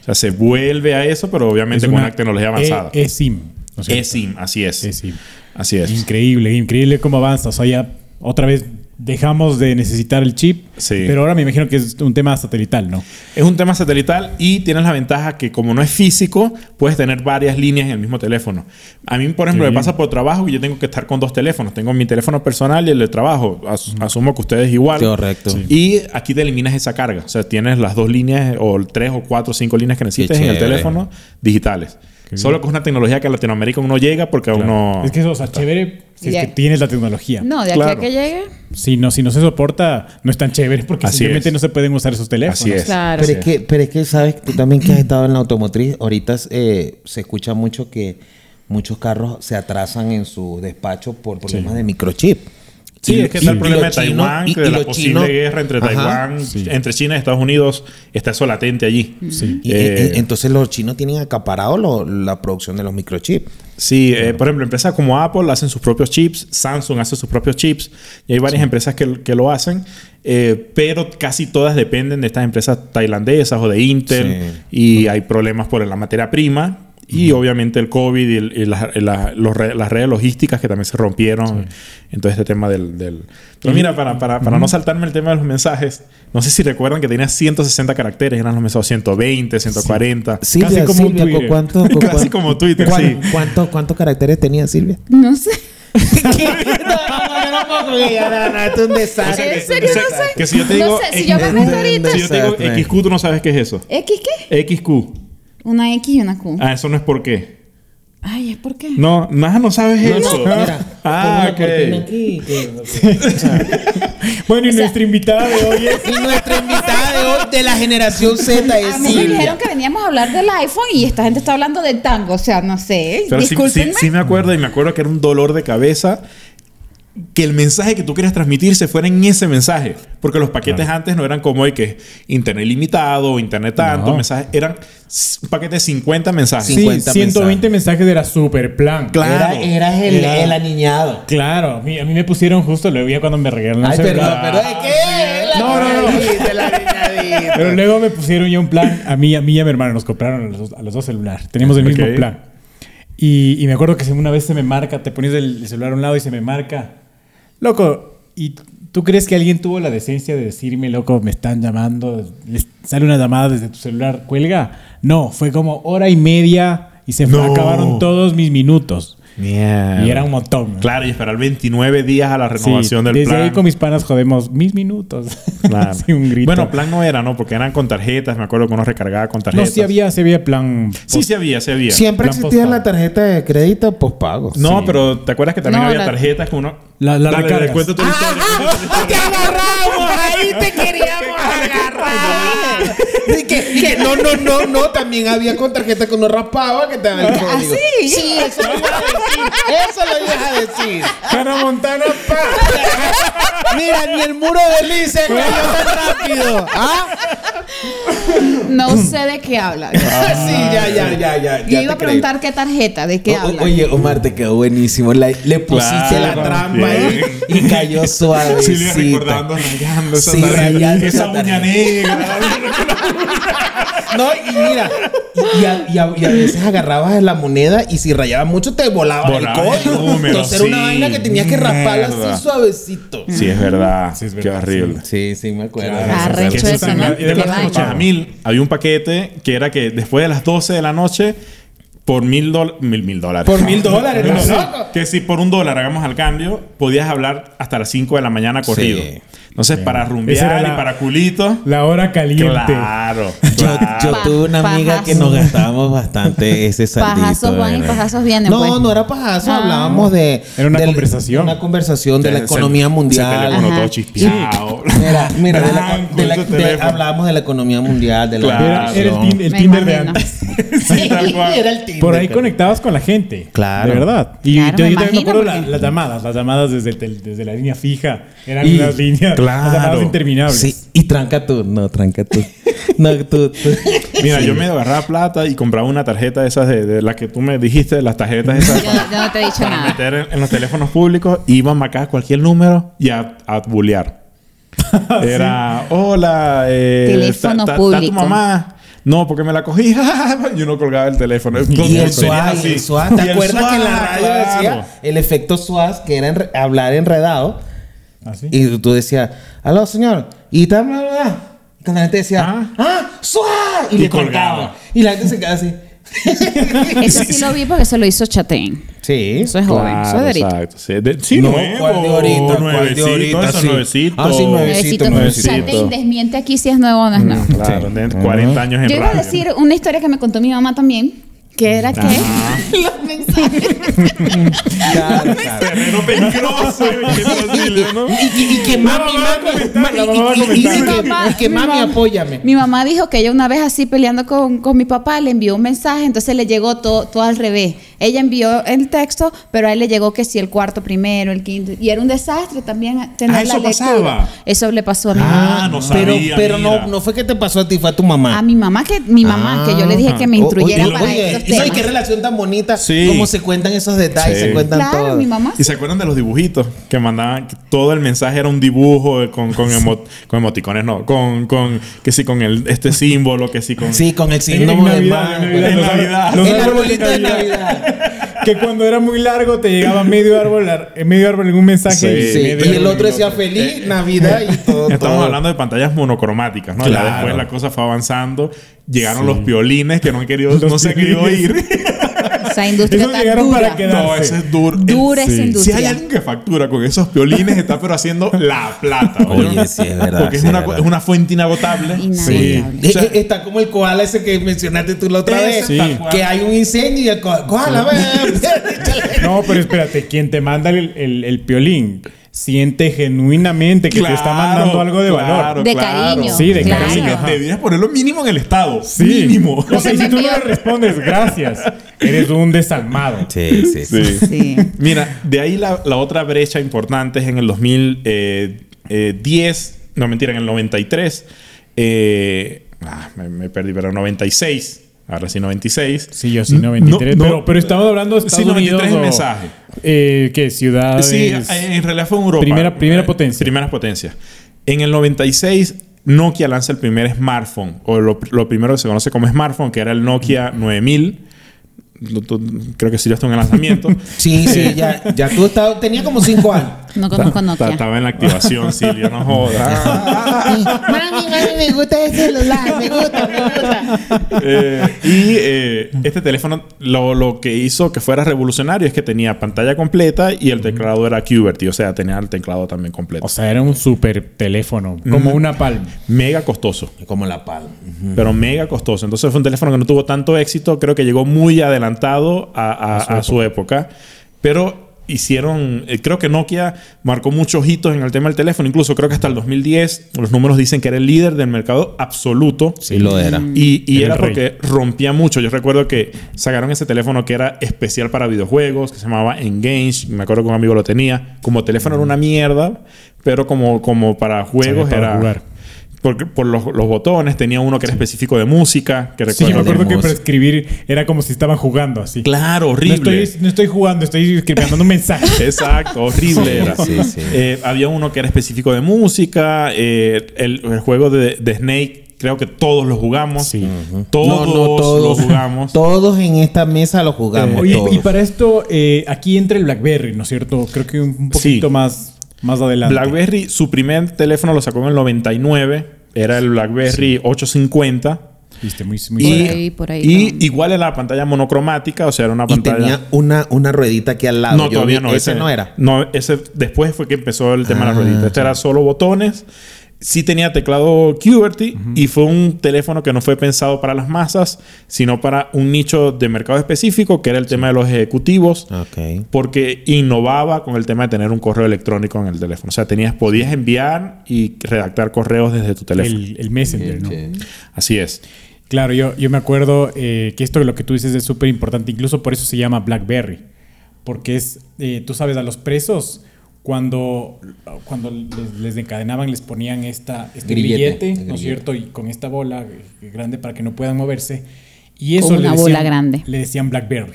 Speaker 5: O sea, se vuelve a eso, pero obviamente con una
Speaker 1: E
Speaker 5: tecnología avanzada. E
Speaker 1: Es SIM. ¿no es cierto? E
Speaker 5: Es SIM, así es.
Speaker 1: eSIM.
Speaker 5: Así es.
Speaker 1: Increíble, increíble cómo avanza. O sea, ya otra vez dejamos de necesitar el chip.
Speaker 5: Sí.
Speaker 1: Pero ahora me imagino que es un tema satelital, ¿no?
Speaker 5: Es un tema satelital y tienes la ventaja que como no es físico, puedes tener varias líneas en el mismo teléfono. A mí, por ejemplo,
Speaker 1: Qué
Speaker 5: me
Speaker 1: bien.
Speaker 5: pasa por trabajo y yo tengo que estar con dos teléfonos. Tengo mi teléfono personal y el de trabajo. As- asumo que ustedes igual.
Speaker 4: Correcto. Sí.
Speaker 5: Y aquí te eliminas esa carga. O sea, tienes las dos líneas o tres o cuatro o cinco líneas que necesites en el
Speaker 4: chévere.
Speaker 5: teléfono digitales. Solo que es una tecnología que a Latinoamérica uno llega porque aún no...
Speaker 1: Es que eso, o sea, chévere si
Speaker 3: Ya.
Speaker 1: es que tienes la tecnología.
Speaker 3: No, de aquí
Speaker 5: Claro.
Speaker 3: a que llegue.
Speaker 1: Si no, si no se soporta, no es tan chévere porque
Speaker 5: Así
Speaker 1: simplemente
Speaker 5: es.
Speaker 1: no se pueden usar esos teléfonos.
Speaker 5: Así es.
Speaker 3: Claro.
Speaker 4: Pero es, que, pero es que sabes tú también que has estado en la automotriz, ahorita eh, se escucha mucho que muchos carros se atrasan en su despacho por problemas de microchip.
Speaker 5: Sí, es que está el problema de
Speaker 4: los chinos-
Speaker 5: Taiwán,
Speaker 4: y-
Speaker 5: que
Speaker 4: y
Speaker 5: de la
Speaker 4: los
Speaker 5: posible
Speaker 4: chinos-
Speaker 5: guerra entre
Speaker 4: Ajá.
Speaker 5: Taiwán, entre China y Estados Unidos, está eso latente allí.
Speaker 1: Sí.
Speaker 4: Y-
Speaker 5: Eh,
Speaker 4: y- entonces los chinos tienen acaparado lo- la producción de los microchips.
Speaker 5: Sí, eh, por ejemplo, empresas como Apple hacen sus propios chips, Samsung hace sus propios chips, y hay varias empresas que, que lo hacen, eh, pero casi todas dependen de estas empresas tailandesas o de Intel,
Speaker 4: Sí.
Speaker 5: y hay problemas por la materia prima. Y obviamente el COVID y, el- y las- y las- los re- las redes logísticas que también se rompieron. En todo este tema del... del- Pero mira, para, para, para no saltarme el tema de los mensajes, no sé si recuerdan que tenía 160 caracteres, eran los mensajes 120, 140.
Speaker 4: Silvia,
Speaker 1: como un
Speaker 4: Silvia, ¿con
Speaker 1: Twitter.
Speaker 4: cuánto, con
Speaker 5: Casi
Speaker 4: cuán-
Speaker 5: como Twitter,
Speaker 4: cuán-
Speaker 5: sí.
Speaker 4: ¿cuánto- ¿Cuántos caracteres tenía Silvia?
Speaker 3: No sé.
Speaker 4: es un desastre.
Speaker 3: ¿En serio?
Speaker 5: O sea,
Speaker 3: No sé.
Speaker 5: Que si yo te
Speaker 3: No
Speaker 5: digo...
Speaker 3: sé, si
Speaker 5: X-
Speaker 3: yo me meto ahorita.
Speaker 5: si yo te digo
Speaker 4: Desastre.
Speaker 5: XQ, tú no sabes qué es eso.
Speaker 3: ¿X qué?
Speaker 5: XQ.
Speaker 3: Una X y una Q.
Speaker 5: Ah, eso no es por qué.
Speaker 3: Ay, ¿es por qué?
Speaker 5: No, nada, no sabes eso. ah, ok.
Speaker 1: Bueno, y nuestra invitada de hoy es.
Speaker 4: Y nuestra invitada de hoy de la generación Z es
Speaker 3: A mí me dijeron
Speaker 4: Silvia.
Speaker 3: que veníamos a hablar del iPhone y esta gente está hablando del tango. O sea, no sé.
Speaker 5: Pero sí, sí,
Speaker 3: Discúlpenme.
Speaker 5: sí me acuerdo y me acuerdo que era un dolor de cabeza que el mensaje que tú querías transmitir se fuera en ese mensaje. Porque los paquetes antes no eran como hoy que es internet limitado, internet tanto, mensajes. Eran s- un paquete de 50 mensajes.
Speaker 1: Sí,
Speaker 4: 50
Speaker 1: 120 mensajes, era super plan.
Speaker 5: Claro.
Speaker 4: eras
Speaker 1: Era-
Speaker 4: aniñado.
Speaker 1: Claro, a mí, a mí me pusieron justo luego ya cuando me regalaron el
Speaker 4: Ay, perdón,
Speaker 1: celular.
Speaker 4: perdón. ¿de qué? La
Speaker 1: No, no, no.
Speaker 4: niñadita, la niñadita.
Speaker 1: Pero luego me pusieron ya un plan. A mí, a mí y a mi hermano nos compraron a los, dos- a los dos celulares. Tenemos el mismo
Speaker 5: Ok.
Speaker 1: plan. Y, y me acuerdo que se- una vez se me marca, te pones el celular a un lado y se me marca. Loco, ¿y tú crees que alguien tuvo la decencia de decirme, loco, me están llamando? les sale una llamada desde tu celular, cuelga. No, fue como hora y media y se fue-
Speaker 5: No.
Speaker 1: acabaron todos mis minutos.
Speaker 5: Mierda.
Speaker 1: Y era un montón.
Speaker 5: Claro, y esperar 29 días a la
Speaker 1: Sí,
Speaker 5: renovación del
Speaker 1: desde
Speaker 5: plan.
Speaker 1: ahí con mis panas jodemos mis minutos.
Speaker 5: Claro.
Speaker 1: Así un grito.
Speaker 5: Bueno, plan no era, ¿no? Porque eran con tarjetas, me acuerdo que uno recargaba con
Speaker 1: no,
Speaker 5: tarjetas.
Speaker 1: sí había, sí había plan.
Speaker 5: Sí, sí había, sí había.
Speaker 4: Siempre
Speaker 1: Plan
Speaker 4: existía
Speaker 1: postpago.
Speaker 4: la tarjeta de crédito pospago.
Speaker 5: No, pero ¿te acuerdas que también
Speaker 3: No,
Speaker 5: había
Speaker 3: la-
Speaker 5: tarjetas que uno...
Speaker 1: La- la
Speaker 5: Dale, dale,
Speaker 1: recargas.
Speaker 5: cuenta tu
Speaker 4: Ah.
Speaker 5: historia.
Speaker 4: ¡Te agarramos! ¡Ahí te queríamos agarrar! Y que, y que no, no, no, no. También había con tarjeta que uno raspaba que te daba el código.
Speaker 3: Ah, Sí.
Speaker 4: Ah, Sí, eso lo ibas a decir. Eso lo ibas a decir.
Speaker 1: Hannah Montana,
Speaker 4: Mira, ni el muro de Liz se cayó tan rápido. ¿Ah?
Speaker 3: No sé de qué habla.
Speaker 1: Ah,
Speaker 4: sí, Ah, ya, ya, ya, ya.
Speaker 3: Yo
Speaker 4: ya
Speaker 3: iba a
Speaker 4: te creí.
Speaker 3: preguntar qué tarjeta, de qué
Speaker 4: O- o-
Speaker 3: habla.
Speaker 4: Oye, Omar, te quedó buenísimo. La- le pusiste
Speaker 5: Claro,
Speaker 4: la trampa ahí
Speaker 5: bien.
Speaker 4: y cayó suave.
Speaker 5: Silvia recordando, rayando esa,
Speaker 4: Sí,
Speaker 5: tarjeta,
Speaker 4: rayando
Speaker 5: esa
Speaker 4: esa
Speaker 5: uña
Speaker 4: tarjeta.
Speaker 5: negra.
Speaker 4: No, y mira, y a, y a- y a veces agarrabas la moneda y si rayabas mucho te volaba el
Speaker 5: Volaba el
Speaker 4: código.
Speaker 5: número,
Speaker 4: Entonces era una
Speaker 5: sí.
Speaker 4: vaina que tenías que rasparla
Speaker 5: Mierda.
Speaker 4: así suavecito.
Speaker 5: sí, es verdad.
Speaker 1: Sí, es
Speaker 5: Qué
Speaker 1: verdad,
Speaker 5: horrible.
Speaker 4: Sí, sí, me acuerdo.
Speaker 3: Claro.
Speaker 5: Que
Speaker 3: Arrecho
Speaker 5: eso
Speaker 3: eso,
Speaker 5: también-
Speaker 3: ¿no?
Speaker 5: Y de
Speaker 3: Qué
Speaker 5: las
Speaker 3: vaina.
Speaker 5: 80 mil, había un paquete que era que después de las 12 de la noche, por mil, dola- mil, mil dólares.
Speaker 4: Por mil dólares,
Speaker 5: Mil
Speaker 4: ¿no?
Speaker 5: dólares. Que si por un dólar hagamos al cambio, podías hablar hasta las 5 de la mañana corrido.
Speaker 4: Sí.
Speaker 5: Entonces, para
Speaker 1: Esa era
Speaker 5: rumbear
Speaker 1: la-
Speaker 5: y para culito.
Speaker 1: la hora caliente.
Speaker 5: Claro.
Speaker 4: Yo,
Speaker 5: claro.
Speaker 4: yo
Speaker 3: Pa-
Speaker 4: tuve una amiga que
Speaker 3: pajazo.
Speaker 4: nos gastábamos bastante ese saldito.
Speaker 3: Pajazos van y
Speaker 4: ¿verdad?
Speaker 3: pajazos vienen,
Speaker 4: No,
Speaker 3: pues.
Speaker 4: no era pajazo, hablábamos de...
Speaker 1: Era una
Speaker 4: del-
Speaker 1: conversación.
Speaker 4: Una conversación de la
Speaker 5: Se-
Speaker 4: economía
Speaker 5: se- Se peleó con
Speaker 4: mundial.
Speaker 5: los
Speaker 3: Ajá.
Speaker 5: dos chispeados.
Speaker 4: Mira, mira, de la-
Speaker 5: Blanco,
Speaker 4: de la-
Speaker 5: ese
Speaker 4: de-
Speaker 5: teléfono.
Speaker 4: hablábamos de la economía mundial, de la
Speaker 5: Claro.
Speaker 1: Era, era el,
Speaker 4: inflación.
Speaker 1: tin- el
Speaker 3: Me
Speaker 1: Tinder de
Speaker 3: imagino.
Speaker 1: antes.
Speaker 5: Sí, tal cual.
Speaker 4: Era el Tinder,
Speaker 1: Por ahí
Speaker 4: cara.
Speaker 1: conectabas con la gente.
Speaker 4: Claro.
Speaker 1: De verdad. Y
Speaker 3: Claro,
Speaker 1: yo,
Speaker 3: me
Speaker 1: yo también me
Speaker 3: imagino,
Speaker 1: acuerdo la-
Speaker 3: porque-
Speaker 1: las llamadas. Las llamadas desde, el tel- desde la línea fija. Eran
Speaker 4: Y-
Speaker 1: las líneas. Las llamadas interminables.
Speaker 4: Sí, y tranca tú. No, tranca tú. No, tú. tú.
Speaker 5: Mira,
Speaker 4: Sí.
Speaker 5: yo me agarraba plata y compraba una tarjeta de esas de, de las que tú me dijiste, las tarjetas esas
Speaker 3: Yo,
Speaker 5: para,
Speaker 3: yo no te he dicho
Speaker 5: para
Speaker 3: nada.
Speaker 5: meter en, en los teléfonos públicos. Iba a marcar cualquier número y a, a bullear. Era, hola, eh,
Speaker 3: Teléfono
Speaker 5: ¿está- está- está
Speaker 3: público.
Speaker 5: tu mamá? No, porque me la cogí. y uno colgaba el teléfono.
Speaker 4: Y el
Speaker 5: Tonterías
Speaker 4: SWAT,
Speaker 5: así.
Speaker 4: el SWAT.
Speaker 5: Y
Speaker 4: ¿Te
Speaker 5: el
Speaker 4: acuerdas que en la
Speaker 5: SWAT,
Speaker 4: radio
Speaker 5: claro.
Speaker 4: decía el efecto SWAT, que era enre- hablar enredado?
Speaker 1: Así.
Speaker 4: Y tú decías, aló, señor. Y tal, bla, bla, bla. Y Cuando la gente decía,
Speaker 5: Ah.
Speaker 4: ah, SWAT. Y,
Speaker 5: Y
Speaker 4: le
Speaker 5: colgaba.
Speaker 4: colgaba. Y la gente se quedaba así.
Speaker 3: Eso sí lo vi porque se lo hizo Chatein.
Speaker 4: Sí.
Speaker 3: Eso es joven, eso es
Speaker 5: Claro,
Speaker 3: de ahorita.
Speaker 5: exacto. Sí, de- sí, nuevo,
Speaker 4: ¿cuál de ahorita? ¿Cuál de
Speaker 5: nuevecito,
Speaker 4: ahorita?
Speaker 5: eso
Speaker 4: Sí.
Speaker 5: nuevecito.
Speaker 4: Ah, sí,
Speaker 3: Nuevecito,
Speaker 4: nuevecito, nuevecito.
Speaker 3: Chatein desmiente aquí si es nuevo o no es nuevo.
Speaker 5: Claro, tienen 40 años en
Speaker 3: Yo iba a
Speaker 5: radio.
Speaker 3: decir una historia que me contó mi mamá también, que era que los mensajes.
Speaker 4: Claro, claro.
Speaker 5: Terreno peligroso. qué fácil, ¿no?
Speaker 4: Y, y- y que
Speaker 5: La
Speaker 4: mami,
Speaker 5: mamá va a
Speaker 4: mami,
Speaker 5: comentar, la mamá va a
Speaker 4: y- y- y- y-
Speaker 5: comentar.
Speaker 4: y- y que mami, apóyame.
Speaker 3: Mi mamá dijo que ella una vez así peleando con, con mi papá le envió un mensaje, entonces le llegó todo, todo al revés. Ella envió el texto, pero a él le llegó que si el cuarto primero, el quinto. Y era un desastre también tener
Speaker 5: Ah,
Speaker 3: la
Speaker 5: eso
Speaker 3: lectura.
Speaker 5: pasaba.
Speaker 3: Eso le pasó a mi mamá.
Speaker 5: Ah, no
Speaker 4: pero
Speaker 5: sabía.
Speaker 4: pero no,
Speaker 5: mira.
Speaker 4: no fue que te pasó a ti, fue a tu mamá.
Speaker 3: A mi mamá, que mi mamá, que yo le dije que me
Speaker 4: Ah, o-
Speaker 3: instruyera
Speaker 4: oye,
Speaker 3: para
Speaker 4: oye,
Speaker 3: esos
Speaker 4: ¿y sabes
Speaker 3: temas.
Speaker 7: qué relación tan bonita?
Speaker 5: Sí.
Speaker 4: ¿Cómo se cuentan esos detalles?
Speaker 5: Sí.
Speaker 4: Se cuentan
Speaker 3: Claro,
Speaker 4: todos.
Speaker 3: mi mamá.
Speaker 5: ¿Y se acuerdan de los dibujitos? Que mandaban, que todo el mensaje era un dibujo eh, con, con, emo- con emoticones, no, con, con, que sí, con el, este símbolo, que sí, con...
Speaker 4: Sí, con el
Speaker 5: en, en
Speaker 4: síndrome de
Speaker 5: Navidad, en Navidad, en
Speaker 4: Mac.
Speaker 5: Navidad.
Speaker 1: Los
Speaker 4: El
Speaker 1: árboles
Speaker 4: arbolito de
Speaker 1: de Navidad.
Speaker 4: Navidad.
Speaker 1: Que cuando era muy largo te llegaba medio árbol, ar- medio árbol algún mensaje.
Speaker 5: Sí.
Speaker 1: y
Speaker 4: Sí,
Speaker 1: medio
Speaker 4: Y el
Speaker 1: árbol
Speaker 4: otro decía feliz Navidad y todo.
Speaker 5: Eh, Estamos
Speaker 4: todo.
Speaker 5: hablando de pantallas monocromáticas, ¿no? Ya
Speaker 4: Claro.
Speaker 5: después la cosa fue avanzando. Llegaron los violines que no han querido, no se han querido
Speaker 1: violines.
Speaker 5: ir.
Speaker 3: Esa industria
Speaker 1: Esos
Speaker 3: tan
Speaker 1: llegaron
Speaker 3: dura.
Speaker 1: para quedarse.
Speaker 5: No, ese es duro.
Speaker 3: Dura esa
Speaker 5: Si
Speaker 3: industria.
Speaker 5: hay alguien que factura con esos violines, está pero haciendo la plata.
Speaker 4: Oye,
Speaker 5: ¿oyeron?
Speaker 4: sí, es verdad,
Speaker 5: Porque
Speaker 4: sí,
Speaker 5: es, una,
Speaker 4: es
Speaker 5: co-
Speaker 4: verdad.
Speaker 5: es una fuente inagotable.
Speaker 3: Inagotable.
Speaker 5: Sí. O sea,
Speaker 4: Eh, eh, está como el koala ese que mencionaste tú la otra vez.
Speaker 5: Ese, tal cual.
Speaker 4: Que hay un incendio y el ko- koala. ve.
Speaker 1: No, pero espérate, quien te manda el, el, el piolín siente genuinamente que te está
Speaker 5: claro,
Speaker 1: mandando algo de valor.
Speaker 5: claro,
Speaker 3: De
Speaker 5: claro.
Speaker 3: cariño.
Speaker 1: Sí, de
Speaker 3: claro.
Speaker 5: Así que
Speaker 1: cariño. Ajá.
Speaker 5: deberías ponerlo mínimo en el estado.
Speaker 1: Sí.
Speaker 5: Mínimo.
Speaker 1: O sea, y si tú no le respondes gracias, eres un desalmado.
Speaker 4: sí, sí,
Speaker 5: Sí.
Speaker 3: Sí.
Speaker 5: Mira, de ahí la, la otra brecha importante es en el 2010, eh, no mentira, en el 93, eh, ah, me, me perdí, pero 96, ahora sí 96.
Speaker 1: Sí, yo sí, 93.
Speaker 5: No, no.
Speaker 1: pero, pero estamos hablando de Estados
Speaker 5: Sí, 93
Speaker 1: Unidos.
Speaker 5: el
Speaker 1: o-
Speaker 5: mensaje.
Speaker 1: Eh, ¿Qué? Ciudades.
Speaker 5: Sí, en
Speaker 1: eh,
Speaker 5: en realidad fue en Europa.
Speaker 1: Primera- primera
Speaker 5: Eh,
Speaker 1: potencia.
Speaker 5: Primera potencia. En el 96, Nokia lanza el primer smartphone, o lo, lo primero que se conoce como smartphone, que era el Nokia 9000. No, tú- Creo que sí, ya está en el lanzamiento.
Speaker 4: Sí, sí, ya, ya tú estabas, tenía como cinco años.
Speaker 3: No conozco
Speaker 5: Ta-
Speaker 3: Nokia.
Speaker 5: Estaba en la activación, Silvia, no jodas.
Speaker 4: Mami, mami, me gusta ese celular, me gusta, me gusta.
Speaker 5: Eh, y eh, este teléfono lo, lo que hizo que fuera revolucionario es que tenía pantalla completa y el teclado era QWERTY, o sea, tenía el teclado también completo.
Speaker 1: O sea, era un super teléfono, como una palma.
Speaker 5: mega costoso,
Speaker 4: Como la palma.
Speaker 5: pero mega costoso. Entonces fue un teléfono que no tuvo tanto éxito, creo que llegó muy adelantado a, a- a su, época. pero hicieron, eh, creo que Nokia marcó muchos hitos en el tema del teléfono, incluso creo que hasta el 2010 los números dicen que era el líder del mercado absoluto.
Speaker 4: Sí, lo era.
Speaker 5: Y, y
Speaker 1: Era
Speaker 5: era
Speaker 1: el rey.
Speaker 5: porque rompía mucho. Yo recuerdo que sacaron ese teléfono que era especial para videojuegos, que se llamaba Engage. Me acuerdo que un amigo lo tenía. Como teléfono era una mierda, pero como, como para juegos
Speaker 1: para
Speaker 5: era.
Speaker 1: jugar.
Speaker 5: Por, por los, los botones, tenía uno que era específico de música, que
Speaker 1: Sí,
Speaker 5: recuerdo.
Speaker 1: yo me acuerdo
Speaker 4: de
Speaker 1: que
Speaker 4: música.
Speaker 1: para escribir era como si estaban jugando así.
Speaker 5: Claro,
Speaker 1: No
Speaker 5: horrible.
Speaker 1: estoy, no estoy jugando, estoy escribiendo mandando un mensaje.
Speaker 5: Exacto, horrible era.
Speaker 4: sí, sí.
Speaker 5: Eh, había uno que era específico de música, eh, el, el juego de, de Snake, creo que todos lo jugamos.
Speaker 1: Sí.
Speaker 5: Todos, lo jugamos.
Speaker 4: Todos en esta mesa lo jugamos.
Speaker 1: Oye,
Speaker 4: todos.
Speaker 1: y para esto, eh, aquí entra el BlackBerry, ¿no es cierto? Creo que un poquito
Speaker 5: Sí.
Speaker 1: más, más adelante.
Speaker 5: BlackBerry, su primer teléfono lo sacó en el 99. Era el BlackBerry 850.
Speaker 1: Viste, muy, muy
Speaker 5: y,
Speaker 1: cerca.
Speaker 3: ahí, por ahí,
Speaker 5: y
Speaker 3: ¿no?
Speaker 5: igual era la pantalla monocromática, o sea, era una
Speaker 4: Y
Speaker 5: pantalla.
Speaker 4: tenía una, una ruedita aquí al lado.
Speaker 5: No,
Speaker 4: Ah, Yo
Speaker 5: todavía
Speaker 4: vi-
Speaker 5: no.
Speaker 4: Ese no era.
Speaker 5: No, ese después fue que empezó el tema de
Speaker 4: Ah.
Speaker 5: la ruedita. Este era solo botones. Sí tenía teclado QWERTY y fue un teléfono que no fue pensado para las masas, sino para un nicho de mercado específico, que era el tema de los ejecutivos.
Speaker 4: Ah. Ok.
Speaker 5: Porque innovaba con el tema de tener un correo electrónico en el teléfono. O sea, tenías, podías enviar y redactar correos desde tu teléfono.
Speaker 1: el, el Messenger, ¿no?
Speaker 5: Así es.
Speaker 1: Claro, yo, yo me acuerdo eh, que esto, lo que tú dices, es súper importante. Incluso por eso se llama Blackberry. Porque es, eh, tú sabes, a los presos, cuando, cuando les, les encadenaban, les ponían esta, este
Speaker 4: Grillete,
Speaker 1: grillete, ¿no
Speaker 4: grillete.
Speaker 1: es cierto? Y con esta bola eh, grande para que no puedan moverse. Y eso
Speaker 3: Con
Speaker 1: le
Speaker 3: una bola grande.
Speaker 1: Le decían Blackberry.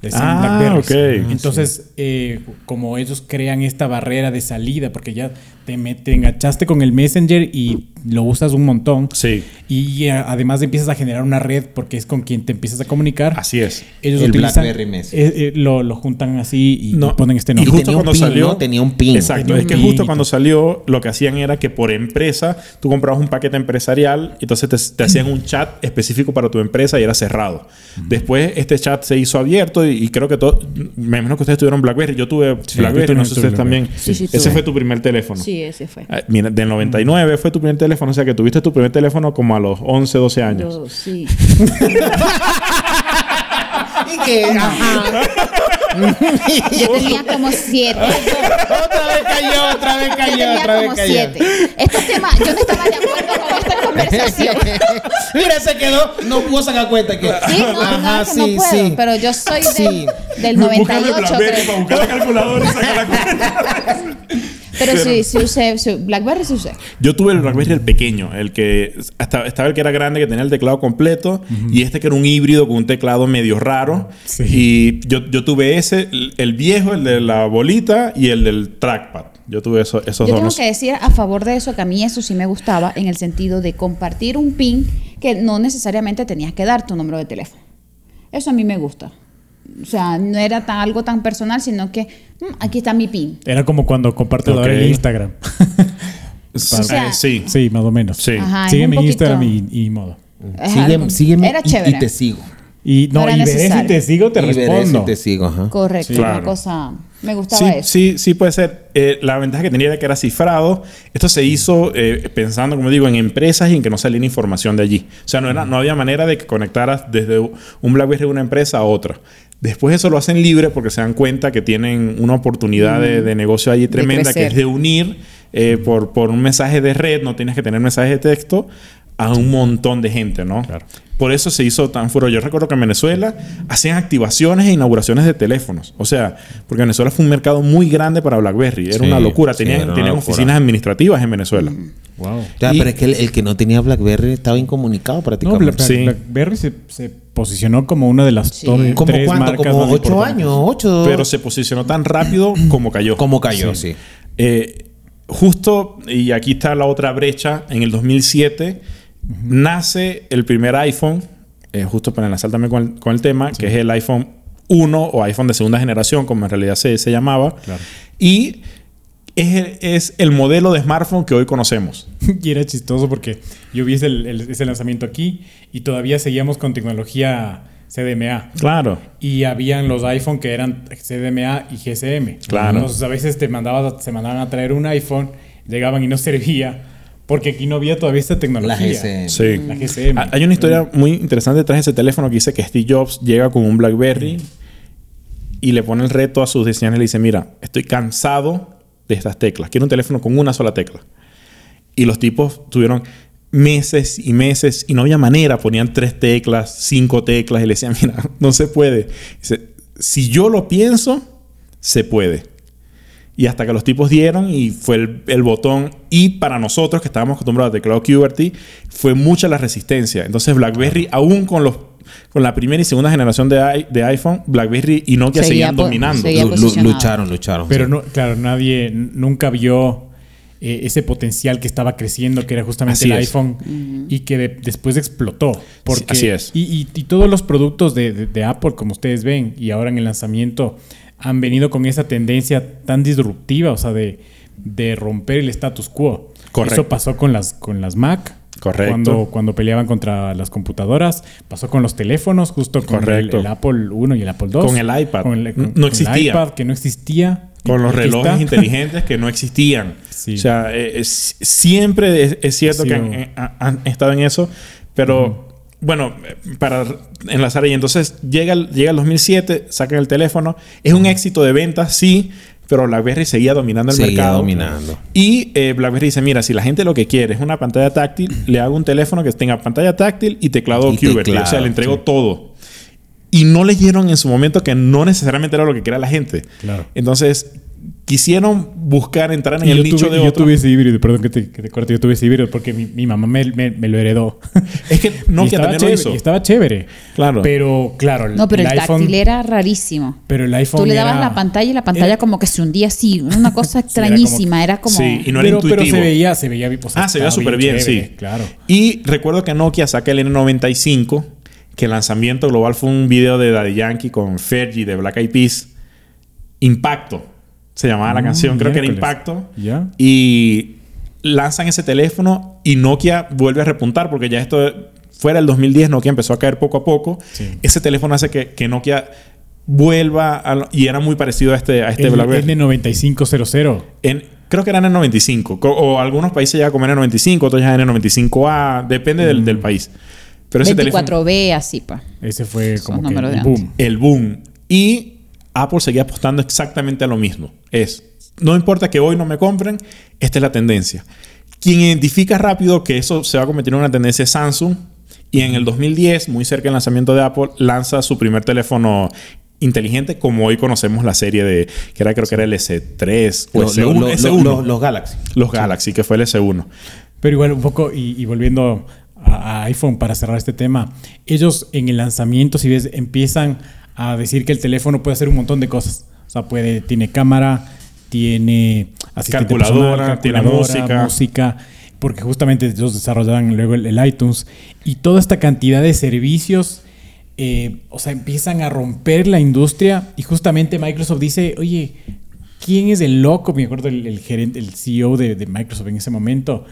Speaker 1: Le decían
Speaker 5: Ah,
Speaker 1: Blackberries.
Speaker 5: ok.
Speaker 1: Entonces, eh, como ellos crean esta barrera de salida, porque ya te, me- te enganchaste con el Messenger y lo usas un montón.
Speaker 5: Sí.
Speaker 1: Y eh, además empiezas a generar una red porque es con quien te empiezas a comunicar.
Speaker 5: Así es.
Speaker 1: Ellos
Speaker 4: El
Speaker 1: utilizan,
Speaker 4: BlackBerry Messenger.
Speaker 1: eh, eh, lo, lo juntan así y,
Speaker 5: No,
Speaker 1: y ponen este
Speaker 5: Y
Speaker 1: nombre.
Speaker 5: justo
Speaker 4: tenía un
Speaker 5: cuando
Speaker 4: pin,
Speaker 5: salió.
Speaker 4: ¿no? Tenía un pin.
Speaker 5: Exacto.
Speaker 1: Tenía
Speaker 5: Es
Speaker 1: un
Speaker 5: que
Speaker 1: pin y
Speaker 5: justo
Speaker 1: todo.
Speaker 5: cuando salió, lo que hacían era que por empresa, tú comprabas un paquete empresarial y entonces te, te hacían un chat específico para tu empresa y era cerrado.
Speaker 4: Mm.
Speaker 5: Después, este chat se hizo abierto y, y creo que todo. Me imagino que ustedes tuvieron Blackberry. Yo tuve
Speaker 1: yo
Speaker 5: Blackberry,
Speaker 1: también
Speaker 5: no sé
Speaker 1: tuve
Speaker 5: ustedes también.
Speaker 3: Sí, sí,
Speaker 5: Ese
Speaker 3: tuve.
Speaker 5: fue tu primer teléfono.
Speaker 3: Sí, ese fue.
Speaker 5: Ah, Mira, del 99 fue tu primer teléfono, o sea que tuviste tu primer teléfono como a los 11, 12 años.
Speaker 3: Yo, sí.
Speaker 4: Y que. Ajá.
Speaker 3: Yo tenía como siete.
Speaker 4: otra vez cayó, otra vez
Speaker 3: Yo
Speaker 4: cayó,
Speaker 3: tenía
Speaker 4: otra vez
Speaker 3: como Este
Speaker 4: cayó.
Speaker 3: siete. Estos temas, yo no estaba de acuerdo con esta conversación.
Speaker 7: Mira, se quedó. No pudo sacar cuenta que.
Speaker 3: Sí, no, no, es que no puedo, pero yo soy del,
Speaker 4: Sí.
Speaker 3: del
Speaker 5: Búscame
Speaker 3: 98,
Speaker 5: Blackberry
Speaker 3: creo.
Speaker 5: para buscar la calculadora y sacar la cuenta.
Speaker 3: Pero
Speaker 5: Pero-
Speaker 3: sí, sí usé, sí, Blackberry sí usé.
Speaker 5: Yo tuve el Blackberry el pequeño, el que hasta estaba el que era grande que tenía el teclado completo y este que era un híbrido con un teclado medio raro.
Speaker 1: Sí.
Speaker 5: Y yo, yo tuve ese, el- el viejo, el de la bolita y el del trackpad. Yo tuve eso- esos
Speaker 3: Yo
Speaker 5: dos.
Speaker 3: tengo
Speaker 5: no
Speaker 3: que decir a favor de eso que a mí eso sí me gustaba en el sentido de compartir un pin que no necesariamente tenías que dar tu número de teléfono. Eso a mí me gusta. O sea, no era tan, algo tan personal, sino que "Mm, aquí está mi pin.
Speaker 1: Era como cuando compartes ahora
Speaker 5: Ok.
Speaker 1: en Instagram.
Speaker 5: sé.
Speaker 3: o sea-
Speaker 5: Eh, sí.
Speaker 1: sí, más o menos.
Speaker 5: Sí.
Speaker 3: Ajá, es
Speaker 1: Sígueme
Speaker 3: un
Speaker 1: en
Speaker 3: poquito-
Speaker 1: Instagram y, y modo.
Speaker 3: Es algo-
Speaker 4: Sígueme, sígueme
Speaker 3: Era
Speaker 4: y-
Speaker 3: chévere.
Speaker 4: y te sigo.
Speaker 1: Y no,
Speaker 3: Para
Speaker 1: y veré si
Speaker 3: necesar.
Speaker 1: te sigo, te
Speaker 4: Y veré
Speaker 1: respondo.
Speaker 4: si te sigo, ajá.
Speaker 3: Correcto,
Speaker 5: Sí. Claro.
Speaker 3: una cosa. Me
Speaker 5: Sí,
Speaker 3: gustaba eso.
Speaker 5: sí, sí puede ser. Eh, la ventaja que tenía era que era cifrado. Esto se hizo eh, pensando, como digo, en empresas y en que no saliera información de allí. O sea, no, era, no había manera de que conectaras desde un BlackBerry de una empresa a otra. Después eso lo hacen libre porque se dan cuenta que tienen una oportunidad de, de negocio allí tremenda, que
Speaker 3: Mm. crecer.
Speaker 5: es de unir eh, por, por un mensaje de red, no tienes que tener mensaje de texto, a un montón de gente, ¿no? Por eso se hizo tan furor. Yo recuerdo que en Venezuela hacían activaciones e inauguraciones de teléfonos. O sea, porque Venezuela fue un mercado muy grande para BlackBerry. Era
Speaker 4: Sí,
Speaker 5: una locura.
Speaker 4: sí,
Speaker 5: Tenían,
Speaker 4: era una
Speaker 5: tenían
Speaker 4: locura.
Speaker 5: oficinas administrativas en Venezuela.
Speaker 1: Wow.
Speaker 4: Ya,
Speaker 5: Y-
Speaker 4: pero es que el, el que no tenía BlackBerry estaba incomunicado
Speaker 1: No,
Speaker 4: prácticamente.
Speaker 1: Bla- Bla-
Speaker 5: Sí.
Speaker 1: BlackBerry se, se posicionó como una de las top
Speaker 4: ¿Como
Speaker 1: tres
Speaker 4: cuánto?
Speaker 1: marcas
Speaker 4: Como
Speaker 1: más
Speaker 4: ocho
Speaker 1: importantes.
Speaker 4: años, ocho.
Speaker 5: Pero se posicionó tan rápido como cayó.
Speaker 4: Como cayó, sí.
Speaker 5: Eh, justo, y aquí está la otra brecha, en el 2007 nace el primer iPhone, eh, justo para enlazar también con el, con el tema, que es el iPhone 1 o iPhone de segunda generación, como en realidad se, se llamaba.
Speaker 1: Claro.
Speaker 5: Y es, el- es el modelo de smartphone que hoy conocemos.
Speaker 1: Y era chistoso porque yo vi ese, el- el- ese lanzamiento aquí y todavía seguíamos con tecnología CDMA.
Speaker 5: Claro.
Speaker 1: Y habían los iPhone que eran CDMA y GSM.
Speaker 5: Claro.
Speaker 1: Entonces a veces te mandabas, a- se mandaban a traer un iPhone, llegaban y no servía porque aquí no había todavía esta tecnología.
Speaker 4: La GSM.
Speaker 5: Sí.
Speaker 1: La GSM.
Speaker 5: Ah, Hay una historia muy interesante detrás de ese teléfono que dice que Steve Jobs llega con un BlackBerry y le pone el reto a sus diseñadores y le dice, mira, estoy cansado de estas teclas. Quiero un teléfono con una sola tecla. Y los tipos tuvieron meses y meses y no había manera. Ponían tres teclas, cinco teclas y le decían, mira, no se puede. Dice, si yo lo pienso, se puede. Y hasta que los tipos dieron y fue el, el botón. Y para nosotros que estábamos acostumbrados a teclado QWERTY, fue mucha la resistencia. Entonces BlackBerry, aún con los con la primera y segunda generación de, i- de iPhone, BlackBerry y Nokia
Speaker 3: Seguía
Speaker 5: seguían
Speaker 3: po-
Speaker 5: dominando.
Speaker 3: seguía
Speaker 4: Lu- lu-
Speaker 3: posicionado.
Speaker 4: lucharon, lucharon.
Speaker 1: Pero
Speaker 4: sí.
Speaker 1: no, claro, nadie n- nunca vio eh, ese potencial que estaba creciendo, que era justamente
Speaker 5: Así
Speaker 1: el
Speaker 5: es.
Speaker 1: iPhone, y que de- después explotó. Porque,
Speaker 5: así es.
Speaker 1: Y, y- y todos los productos de, de- de Apple, como ustedes ven, y ahora en el lanzamiento, han venido con esa tendencia tan disruptiva, o sea, de, de romper el status quo.
Speaker 5: Correcto.
Speaker 1: Eso pasó con las, con las Mac.
Speaker 5: Correcto.
Speaker 1: Cuando, cuando peleaban contra las computadoras, pasó con los teléfonos, justo con el-
Speaker 5: Correcto.
Speaker 1: El, Apple 1 y el Apple 2.
Speaker 5: Con el iPad.
Speaker 1: Con el- con-
Speaker 5: No
Speaker 1: con el
Speaker 5: existía.
Speaker 1: iPad, que no existía.
Speaker 5: Con los
Speaker 1: Aquí
Speaker 5: relojes
Speaker 1: está.
Speaker 5: inteligentes que no existían.
Speaker 1: Sí.
Speaker 5: O sea, eh, es- siempre es, es cierto
Speaker 1: Ha
Speaker 5: que
Speaker 1: sido-
Speaker 5: han, eh, han- han estado en eso, pero bueno, eh, para enlazar ahí, entonces llega el, llega el 2007, sacan el teléfono, es un éxito de ventas, sí, pero BlackBerry seguía dominando el
Speaker 4: Seguía
Speaker 5: mercado.
Speaker 4: dominando.
Speaker 5: Y eh, BlackBerry dice, mira, si la gente lo que quiere es una pantalla táctil, le hago un teléfono que tenga pantalla táctil y teclado
Speaker 4: Y
Speaker 5: QWERTY, o sea,
Speaker 4: teclado,
Speaker 5: le entrego todo y no leyeron en su momento que no necesariamente era lo que quería la gente.
Speaker 1: Claro.
Speaker 5: Entonces, quisieron buscar entrar en
Speaker 1: Y
Speaker 5: el
Speaker 1: yo,
Speaker 5: nicho
Speaker 1: tuve,
Speaker 5: de
Speaker 1: yo
Speaker 5: otro.
Speaker 1: tuve ese híbrido, perdón que te, que te corte, yo tuve ese híbrido porque mi, mi mamá me, me- me lo heredó.
Speaker 5: Es que
Speaker 1: Y
Speaker 5: Nokia
Speaker 1: estaba
Speaker 5: también
Speaker 1: chévere,
Speaker 5: lo hizo.
Speaker 1: y estaba chévere.
Speaker 5: Claro.
Speaker 1: Pero, claro,
Speaker 3: No, pero el, táctil era rarísimo.
Speaker 1: Pero el iPhone
Speaker 3: Tú le dabas
Speaker 1: era-
Speaker 3: la pantalla y la pantalla
Speaker 1: era-
Speaker 3: como que se hundía así. Una cosa extrañísima. Era como...
Speaker 5: Sí, y no era
Speaker 1: pero, pero
Speaker 5: intuitivo.
Speaker 1: se veía, se veía o sea,
Speaker 5: ah, se veía
Speaker 1: estaba
Speaker 5: súper bien,
Speaker 1: chévere,
Speaker 5: sí.
Speaker 1: Claro.
Speaker 5: Y recuerdo que Nokia saca el N95, que el lanzamiento global fue un video de Daddy Yankee con Fergie de Black Eyed Peas. Impacto. Se llamaba Ah, la
Speaker 1: Mm,
Speaker 5: canción, creo que era
Speaker 1: miércoles.
Speaker 5: Impacto.
Speaker 1: Ya.
Speaker 5: Y lanzan ese teléfono y Nokia vuelve a repuntar porque ya esto fuera el 2010, Nokia empezó a caer poco a poco.
Speaker 1: Sí.
Speaker 5: Ese teléfono hace que, que Nokia vuelva a lo- y era muy parecido a este, a este
Speaker 1: El
Speaker 5: BlackBerry.
Speaker 1: N9500.
Speaker 5: En- creo que eran en 95. co- O algunos países ya comen en 95, otros ya en 95A. Depende del, del país. Pero ese teléfono...
Speaker 3: 24B, así, pa.
Speaker 1: Ese fue como que
Speaker 3: números de
Speaker 1: el
Speaker 3: antes.
Speaker 1: boom.
Speaker 5: El boom. Y Apple seguía apostando exactamente a lo mismo. Es, no importa que hoy no me compren, esta es la tendencia. Quien identifica rápido que eso se va a convertir en una tendencia es Samsung. Y en el 2010, muy cerca del lanzamiento de Apple, lanza su primer teléfono inteligente, como hoy conocemos la serie de, que era creo que era el S3 o
Speaker 4: Los- los-
Speaker 5: S1,
Speaker 4: los-
Speaker 5: S1.
Speaker 4: los- los Galaxy.
Speaker 5: Los Galaxy, que fue el S1.
Speaker 1: Pero igual un poco, y, y volviendo a, a iPhone para cerrar este tema, ellos en el lanzamiento, si ves, empiezan a decir que el teléfono puede hacer un montón de cosas. O sea, puede, tiene cámara, tiene asistente
Speaker 5: Calculadora, tiene música.
Speaker 1: música, porque justamente ellos desarrollaron luego el, el iTunes y toda esta cantidad de servicios. eh, o sea, empiezan a romper la industria y justamente Microsoft dice, oye, ¿quién es el loco? Me acuerdo el, el gerente, el CEO de, de Microsoft en ese momento,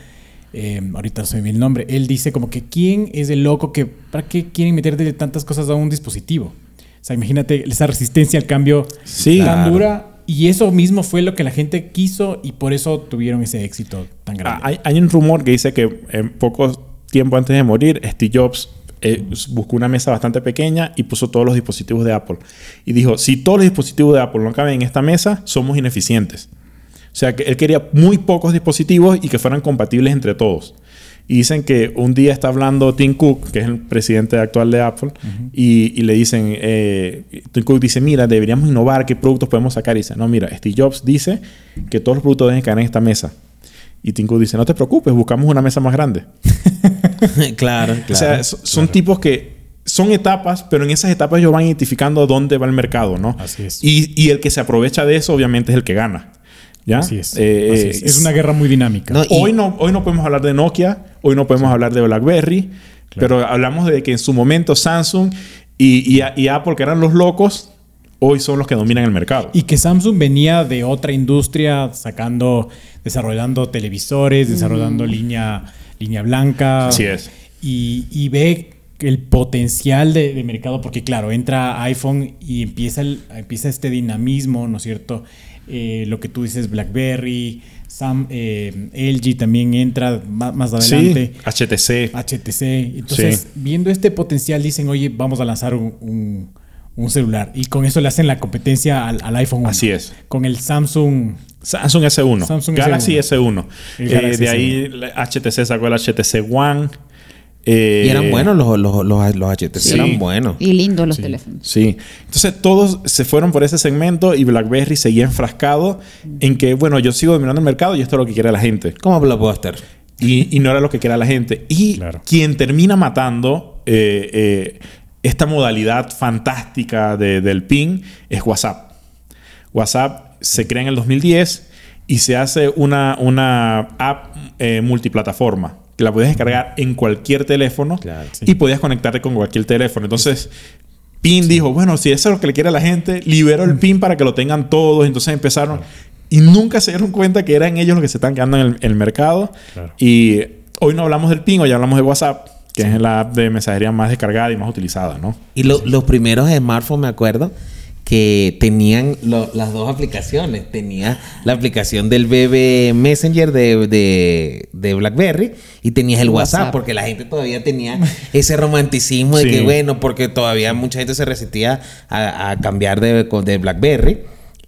Speaker 1: eh, ahorita no se me viene el nombre, él dice como que ¿quién es el loco que, para qué quieren meterle tantas cosas a un dispositivo? O sea, imagínate esa resistencia al cambio
Speaker 5: Sí.
Speaker 1: tan
Speaker 5: Claro.
Speaker 1: dura. Y eso mismo fue lo que la gente quiso y por eso tuvieron ese éxito tan grande.
Speaker 5: Ah, Hay, hay un rumor que dice que en poco tiempo antes de morir, Steve Jobs eh, buscó una mesa bastante pequeña y puso todos los dispositivos de Apple. Y dijo, si todos los dispositivos de Apple no caben en esta mesa, somos ineficientes. O sea, que él quería muy pocos dispositivos y que fueran compatibles entre todos. Y dicen que un día está hablando Tim Cook, que es el presidente actual de Apple, y, y le dicen, eh, Tim Cook dice, mira, deberíamos innovar, ¿qué productos podemos sacar? Y dice, no, mira, Steve Jobs dice que todos los productos deben caer en esta mesa. Y Tim Cook dice, no te preocupes, buscamos una mesa más grande.
Speaker 4: claro, claro.
Speaker 5: o sea, so- son tipos que son etapas, pero en esas etapas ellos van identificando dónde va el mercado, ¿no?
Speaker 1: Así es.
Speaker 5: Y, y el que se aprovecha de eso, obviamente, es el que gana. ¿Ya?
Speaker 1: Así es.
Speaker 5: Eh,
Speaker 1: Así es. Es una guerra muy dinámica.
Speaker 4: No, y-
Speaker 5: hoy, no, hoy no podemos hablar de Nokia, hoy no podemos hablar de BlackBerry, pero hablamos de que en su momento Samsung y, y, y Apple, que eran los locos, hoy son los que dominan el mercado.
Speaker 1: Y que Samsung venía de otra industria sacando, desarrollando televisores, desarrollando línea, línea blanca.
Speaker 5: Así es.
Speaker 1: Y, y ve el potencial de, de mercado, porque claro, entra iPhone y empieza, el- empieza este dinamismo, ¿no es cierto? Eh, lo que tú dices, BlackBerry, Sam, eh, LG también entra ma- más, adelante.
Speaker 5: Sí, HTC.
Speaker 4: Ah.
Speaker 1: HTC. Entonces,
Speaker 5: Sí.
Speaker 1: viendo este potencial, dicen, oye, vamos a lanzar un, un- un celular. Y con eso le hacen la competencia al, al iPhone 1.
Speaker 5: Así es.
Speaker 1: Con el Samsung.
Speaker 5: Samsung S1.
Speaker 1: Samsung
Speaker 5: Galaxy S1.
Speaker 1: S1. El Galaxy
Speaker 5: Eh, de ahí la HTC sacó el HTC One. Eh,
Speaker 4: y eran buenos los, los, los, los HTC,
Speaker 5: Sí.
Speaker 4: eran buenos.
Speaker 3: Y lindos los teléfonos.
Speaker 5: Sí. Entonces todos se fueron por ese segmento y BlackBerry seguía enfrascado en que, bueno, yo sigo dominando el mercado y esto es lo que quiere la gente.
Speaker 4: Como Blockbuster.
Speaker 5: Y, y no era lo que quería la gente. Y
Speaker 1: Claro.
Speaker 5: quien termina matando eh, eh, esta modalidad fantástica de- del ping es WhatsApp. WhatsApp se crea en el 2010 y se hace una, una app eh, multiplataforma que la podías descargar en cualquier teléfono
Speaker 4: Claro, sí.
Speaker 5: y podías conectarte con cualquier teléfono. Entonces, PIN dijo, bueno, si eso es lo que le quiere a la gente, libero el PIN para que lo tengan todos. Entonces empezaron y nunca se dieron cuenta que eran ellos los que se están quedando en el, en el mercado.
Speaker 1: Claro.
Speaker 5: Y hoy no hablamos del PIN, hoy hablamos de WhatsApp, que es la app de mensajería más descargada y más utilizada, ¿no?
Speaker 4: Y lo- los primeros smartphones, me acuerdo, que tenían lo- las dos aplicaciones. Tenía la aplicación del BB Messenger de, de- de BlackBerry y tenías el WhatsApp,
Speaker 3: WhatsApp.
Speaker 4: porque la gente todavía tenía ese romanticismo de
Speaker 5: Sí.
Speaker 4: que, bueno, porque todavía mucha gente se resistía a, a cambiar de, de BlackBerry.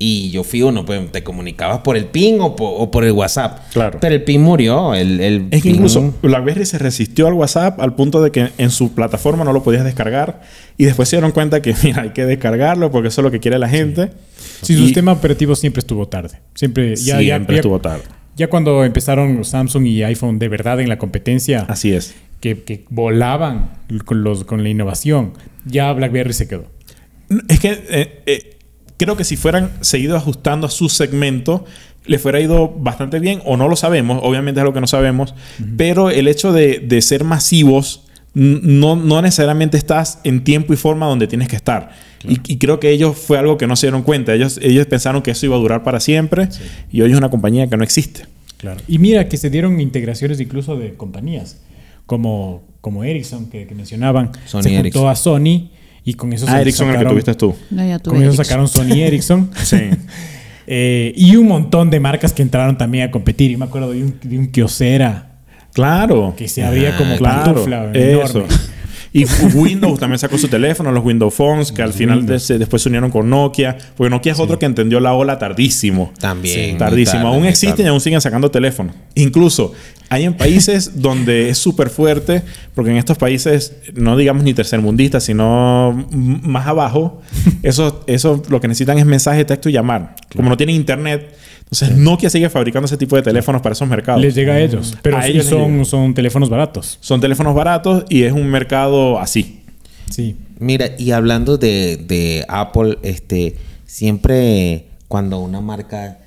Speaker 4: Y yo fui uno, pues te comunicabas por el PIN o po- o por, el WhatsApp.
Speaker 5: Claro.
Speaker 4: Pero el PIN murió. El, el
Speaker 5: Es que
Speaker 4: PIN-
Speaker 5: incluso BlackBerry se resistió al WhatsApp al punto de que en su plataforma no lo podías descargar y después se dieron cuenta que, mira, hay que descargarlo porque eso es lo que quiere la gente.
Speaker 1: Sí, su
Speaker 5: Y
Speaker 1: sistema operativo siempre estuvo tarde. Siempre, ya, ya-
Speaker 5: siempre
Speaker 1: ya-
Speaker 5: estuvo tarde.
Speaker 1: Ya cuando empezaron Samsung y iPhone de verdad en la competencia,
Speaker 5: Así es.
Speaker 1: que, que volaban con, los, con la innovación, ya BlackBerry se quedó.
Speaker 5: Es que eh, eh, creo que si fueran seguido ajustando a su segmento, le fuera ido bastante bien, o no lo sabemos, obviamente es algo que no sabemos, pero el hecho de, de ser masivos n- no, no necesariamente estás en tiempo y forma donde tienes que estar. Y, y creo que ellos fue algo que no se dieron cuenta. Ellos, ellos pensaron que eso iba a durar para siempre y hoy es una compañía que no existe.
Speaker 1: Claro. Y mira que se dieron integraciones incluso de compañías, como, como Ericsson, que, que mencionaban.
Speaker 4: Sony
Speaker 1: se juntó
Speaker 4: Ericsson.
Speaker 1: a Sony y con eso
Speaker 5: Ah,
Speaker 1: se
Speaker 5: Ericsson, el que
Speaker 1: sacaron-
Speaker 5: tuviste tú.
Speaker 3: No, ya tuve
Speaker 1: Con eso
Speaker 3: Ericsson.
Speaker 1: sacaron Sony Ericsson.
Speaker 5: Sí.
Speaker 1: Eh, y un montón de marcas que entraron también a competir. Y me acuerdo de un, de un kiosera
Speaker 5: Claro.
Speaker 1: que se abría
Speaker 4: Ah,
Speaker 1: como
Speaker 5: Claro,
Speaker 1: pantufla.
Speaker 5: eso.
Speaker 1: enorme.
Speaker 5: Y Windows también sacó su teléfono, los Windows Phones, que al final de- se- después se unieron con Nokia, porque Nokia es otro que entendió la ola tardísimo.
Speaker 4: También, muy
Speaker 5: tardísimo.
Speaker 4: tarde,
Speaker 5: aún
Speaker 4: muy
Speaker 5: existen y
Speaker 4: tarde.
Speaker 5: aún siguen sacando teléfonos. Incluso hay en países donde es súper fuerte, porque en estos países, no digamos ni tercermundistas, sino m- más abajo, eso, eso lo que necesitan es mensaje, texto y llamar. Como no tienen internet, entonces Nokia sigue fabricando ese tipo de teléfonos para esos mercados.
Speaker 1: Les llega a ellos,
Speaker 4: Mm.
Speaker 1: pero
Speaker 5: A
Speaker 1: sí
Speaker 5: ellos les llega.
Speaker 1: son, son teléfonos baratos.
Speaker 5: Son teléfonos baratos y es un mercado así.
Speaker 1: Sí.
Speaker 4: Mira, y hablando de, de Apple, este, siempre cuando una marca,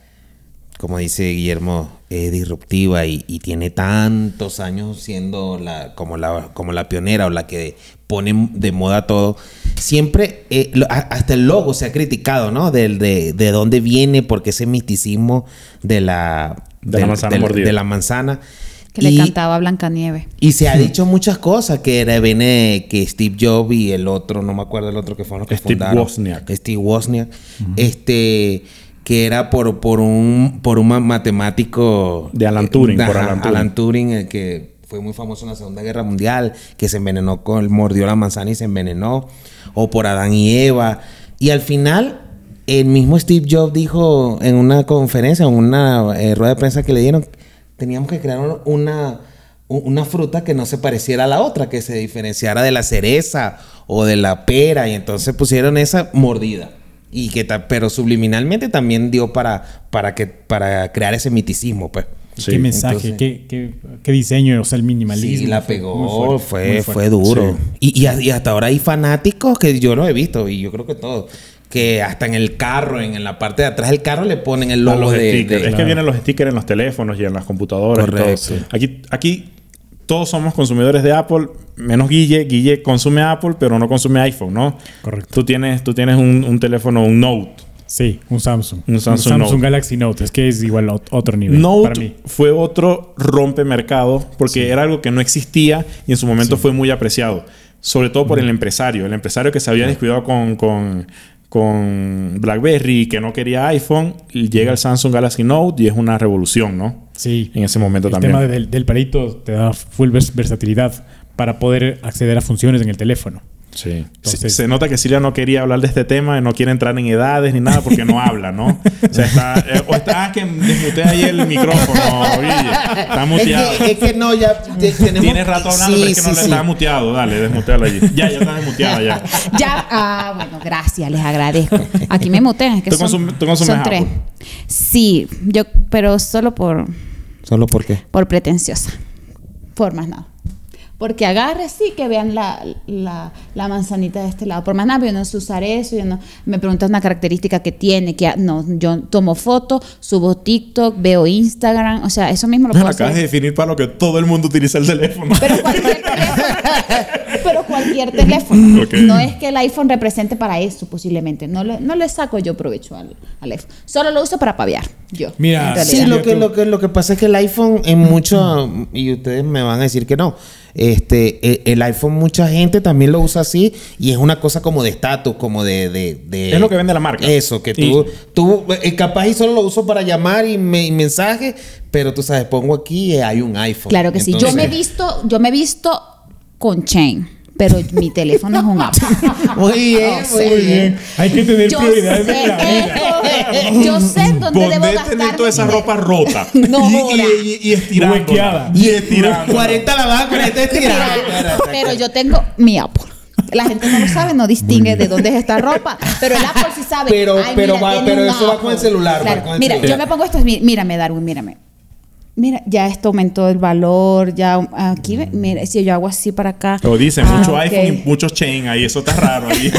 Speaker 4: como dice Guillermo, es disruptiva y, y tiene tantos años siendo la, como, la, como la pionera o la que pone de moda todo, siempre, eh, lo- a- hasta el logo se ha criticado, ¿no? Del- De, de, dónde viene, porque ese misticismo de la,
Speaker 5: De la
Speaker 4: del-
Speaker 5: manzana
Speaker 4: del-
Speaker 5: mordida.
Speaker 4: de la manzana.
Speaker 3: Que le
Speaker 4: Y-
Speaker 3: cantaba a Blancanieves.
Speaker 4: y se ha dicho muchas cosas que era viene que Steve Jobs y el otro, no me acuerdo el otro que fueron los que
Speaker 5: Steve
Speaker 4: fundaron.
Speaker 5: Wozniak.
Speaker 4: Steve Wozniak. Este que era por, por un por un ma- matemático eh,
Speaker 5: De Alan Turing, por
Speaker 4: ajá,
Speaker 5: Alan Turing.
Speaker 4: Turing, el que fue muy famoso en la Segunda Guerra Mundial, que se envenenó con mordió la manzana y se envenenó o por Adán y Eva y al final el mismo Steve Jobs dijo en una conferencia, en una eh, rueda de prensa que le dieron, teníamos que crear un- una, u- una fruta que no se pareciera a la otra, que se diferenciara de la cereza o de la pera. Y entonces pusieron esa mordida. Y que ta- pero subliminalmente también dio para, para, que, para crear ese miticismo, pues.
Speaker 5: Sí.
Speaker 1: qué mensaje,
Speaker 4: entonces-
Speaker 1: qué, qué- qué diseño, o sea, el minimalismo.
Speaker 4: Sí, la
Speaker 1: fue
Speaker 4: pegó,
Speaker 1: muy fuerte,
Speaker 4: fue,
Speaker 1: muy
Speaker 4: fue
Speaker 1: fuerte.
Speaker 4: duro. Y, y a- y hasta ahora hay fanáticos que yo lo he visto, y yo creo que todos, que hasta en el carro, en, en la parte de atrás del carro le ponen el
Speaker 5: A
Speaker 4: logo
Speaker 5: los
Speaker 4: de- de,
Speaker 5: stickers. es que vienen los stickers en los teléfonos y en las computadoras. y todo.
Speaker 4: Correcto.
Speaker 5: Aquí, aquí todos somos consumidores de Apple, menos Guille. Guille consume Apple, pero no consume iPhone, ¿no?
Speaker 1: Correcto.
Speaker 5: Tú tienes, tú tienes un, un teléfono, un Note.
Speaker 1: Sí, un Samsung.
Speaker 5: Un Samsung Note.
Speaker 1: Galaxy Note. Es que es igual a ot- otro nivel. para mí.
Speaker 5: Note fue otro rompemercado porque era algo que no existía y en su momento fue muy apreciado. Sobre todo por el empresario. El empresario que se había descuidado con, con, con BlackBerry y que no quería iPhone, y llega el Samsung Galaxy Note y es una revolución, ¿no?
Speaker 1: Sí.
Speaker 5: En ese momento
Speaker 1: el
Speaker 5: también.
Speaker 1: tema del, del palito te da full vers- versatilidad para poder acceder a funciones en el teléfono.
Speaker 5: Sí. se,
Speaker 1: Entonces-
Speaker 5: se nota que Silvia no quería hablar de este tema, no quiere entrar en edades ni nada porque no habla, ¿no? O sea, está. eh, o está ah, que desmuteé ahí el micrófono, Guille. Está
Speaker 4: Es
Speaker 5: muteado.
Speaker 4: que, es que no, ya te- tenemos...
Speaker 5: Tienes rato hablando,
Speaker 4: Sí,
Speaker 5: pero es que no
Speaker 4: sí,
Speaker 5: le
Speaker 4: sí.
Speaker 5: está muteado. Dale, desmuteala allí. Ya, ya está desmuteada ya.
Speaker 3: Ya, ah, bueno, gracias, les agradezco. Aquí me mutean, es que
Speaker 5: ¿Tú
Speaker 3: son,
Speaker 5: consum- tú consumes
Speaker 3: son tres.
Speaker 5: Apple?
Speaker 3: Sí, yo, pero solo por,
Speaker 4: ¿Solo porque?
Speaker 3: por pretenciosa. Por más nada. Porque agarre, sí, que vean la, la, la manzanita de este lado. Por más nada, pero yo no sé usar eso. Yo no, me preguntas una característica que tiene. que ha- No, yo tomo fotos, subo TikTok, veo Instagram. O sea, eso mismo lo puedo
Speaker 5: Acabas de
Speaker 3: hacer.
Speaker 5: definir para lo que todo el mundo utiliza el teléfono.
Speaker 3: Pero cualquier teléfono. pero cualquier teléfono.
Speaker 5: Ok.
Speaker 3: No es que el iPhone represente para eso, posiblemente. No le, no le saco yo provecho al, al iPhone. Solo lo uso para paviar. Yo.
Speaker 1: Mira,
Speaker 3: en realidad.
Speaker 4: Sí, lo que,
Speaker 1: tú-
Speaker 4: lo, que, lo que pasa es que el iPhone en mucho,
Speaker 3: Mm.
Speaker 4: y ustedes me van a decir que no, este, e- el iPhone mucha gente también lo usa así y es una cosa como de estatus, como de, de, de-
Speaker 5: Es lo que vende la marca.
Speaker 4: Eso, que tú, tú eh, capaz y solo lo uso para llamar y, me- y mensajes, pero tú sabes, pongo aquí eh, hay un iPhone.
Speaker 3: Claro que sí. Yo me he
Speaker 4: Entonces-
Speaker 3: visto, yo me he visto con chain, pero mi teléfono es un Apple.
Speaker 4: Muy bien,
Speaker 3: No
Speaker 4: muy
Speaker 3: sé.
Speaker 4: bien.
Speaker 1: Hay que tener
Speaker 3: Yo
Speaker 1: prioridades
Speaker 3: sé
Speaker 1: en la vida.
Speaker 3: esto. Yo sé dónde debo
Speaker 5: Ponete
Speaker 3: gastar. mi
Speaker 5: toda esa
Speaker 3: dinero.
Speaker 5: ropa rota.
Speaker 3: No
Speaker 5: y,
Speaker 3: joda.
Speaker 5: y, y, y estirándola.
Speaker 1: Huequeada.
Speaker 5: Y estirando.
Speaker 4: 40 lavadas, 40 estiradas.
Speaker 3: Pero yo tengo mi Apple. La gente no lo sabe, no distingue de dónde es esta ropa, pero el Apple sí sabe.
Speaker 4: Pero-
Speaker 3: Ay,
Speaker 4: pero va-
Speaker 3: tiene
Speaker 4: pero
Speaker 3: un
Speaker 4: eso va con el celular, va
Speaker 3: Claro.
Speaker 4: con el
Speaker 3: Mira,
Speaker 4: celular.
Speaker 3: yo me pongo esto, mi- mírame Darwin, mírame. Mira, ya esto aumentó el valor, ya um, aquí, ve, mira, si yo hago así para acá.
Speaker 5: Lo dicen,
Speaker 3: Ah,
Speaker 5: mucho
Speaker 3: ok.
Speaker 5: iPhone y muchos chain ahí. Eso está raro ahí.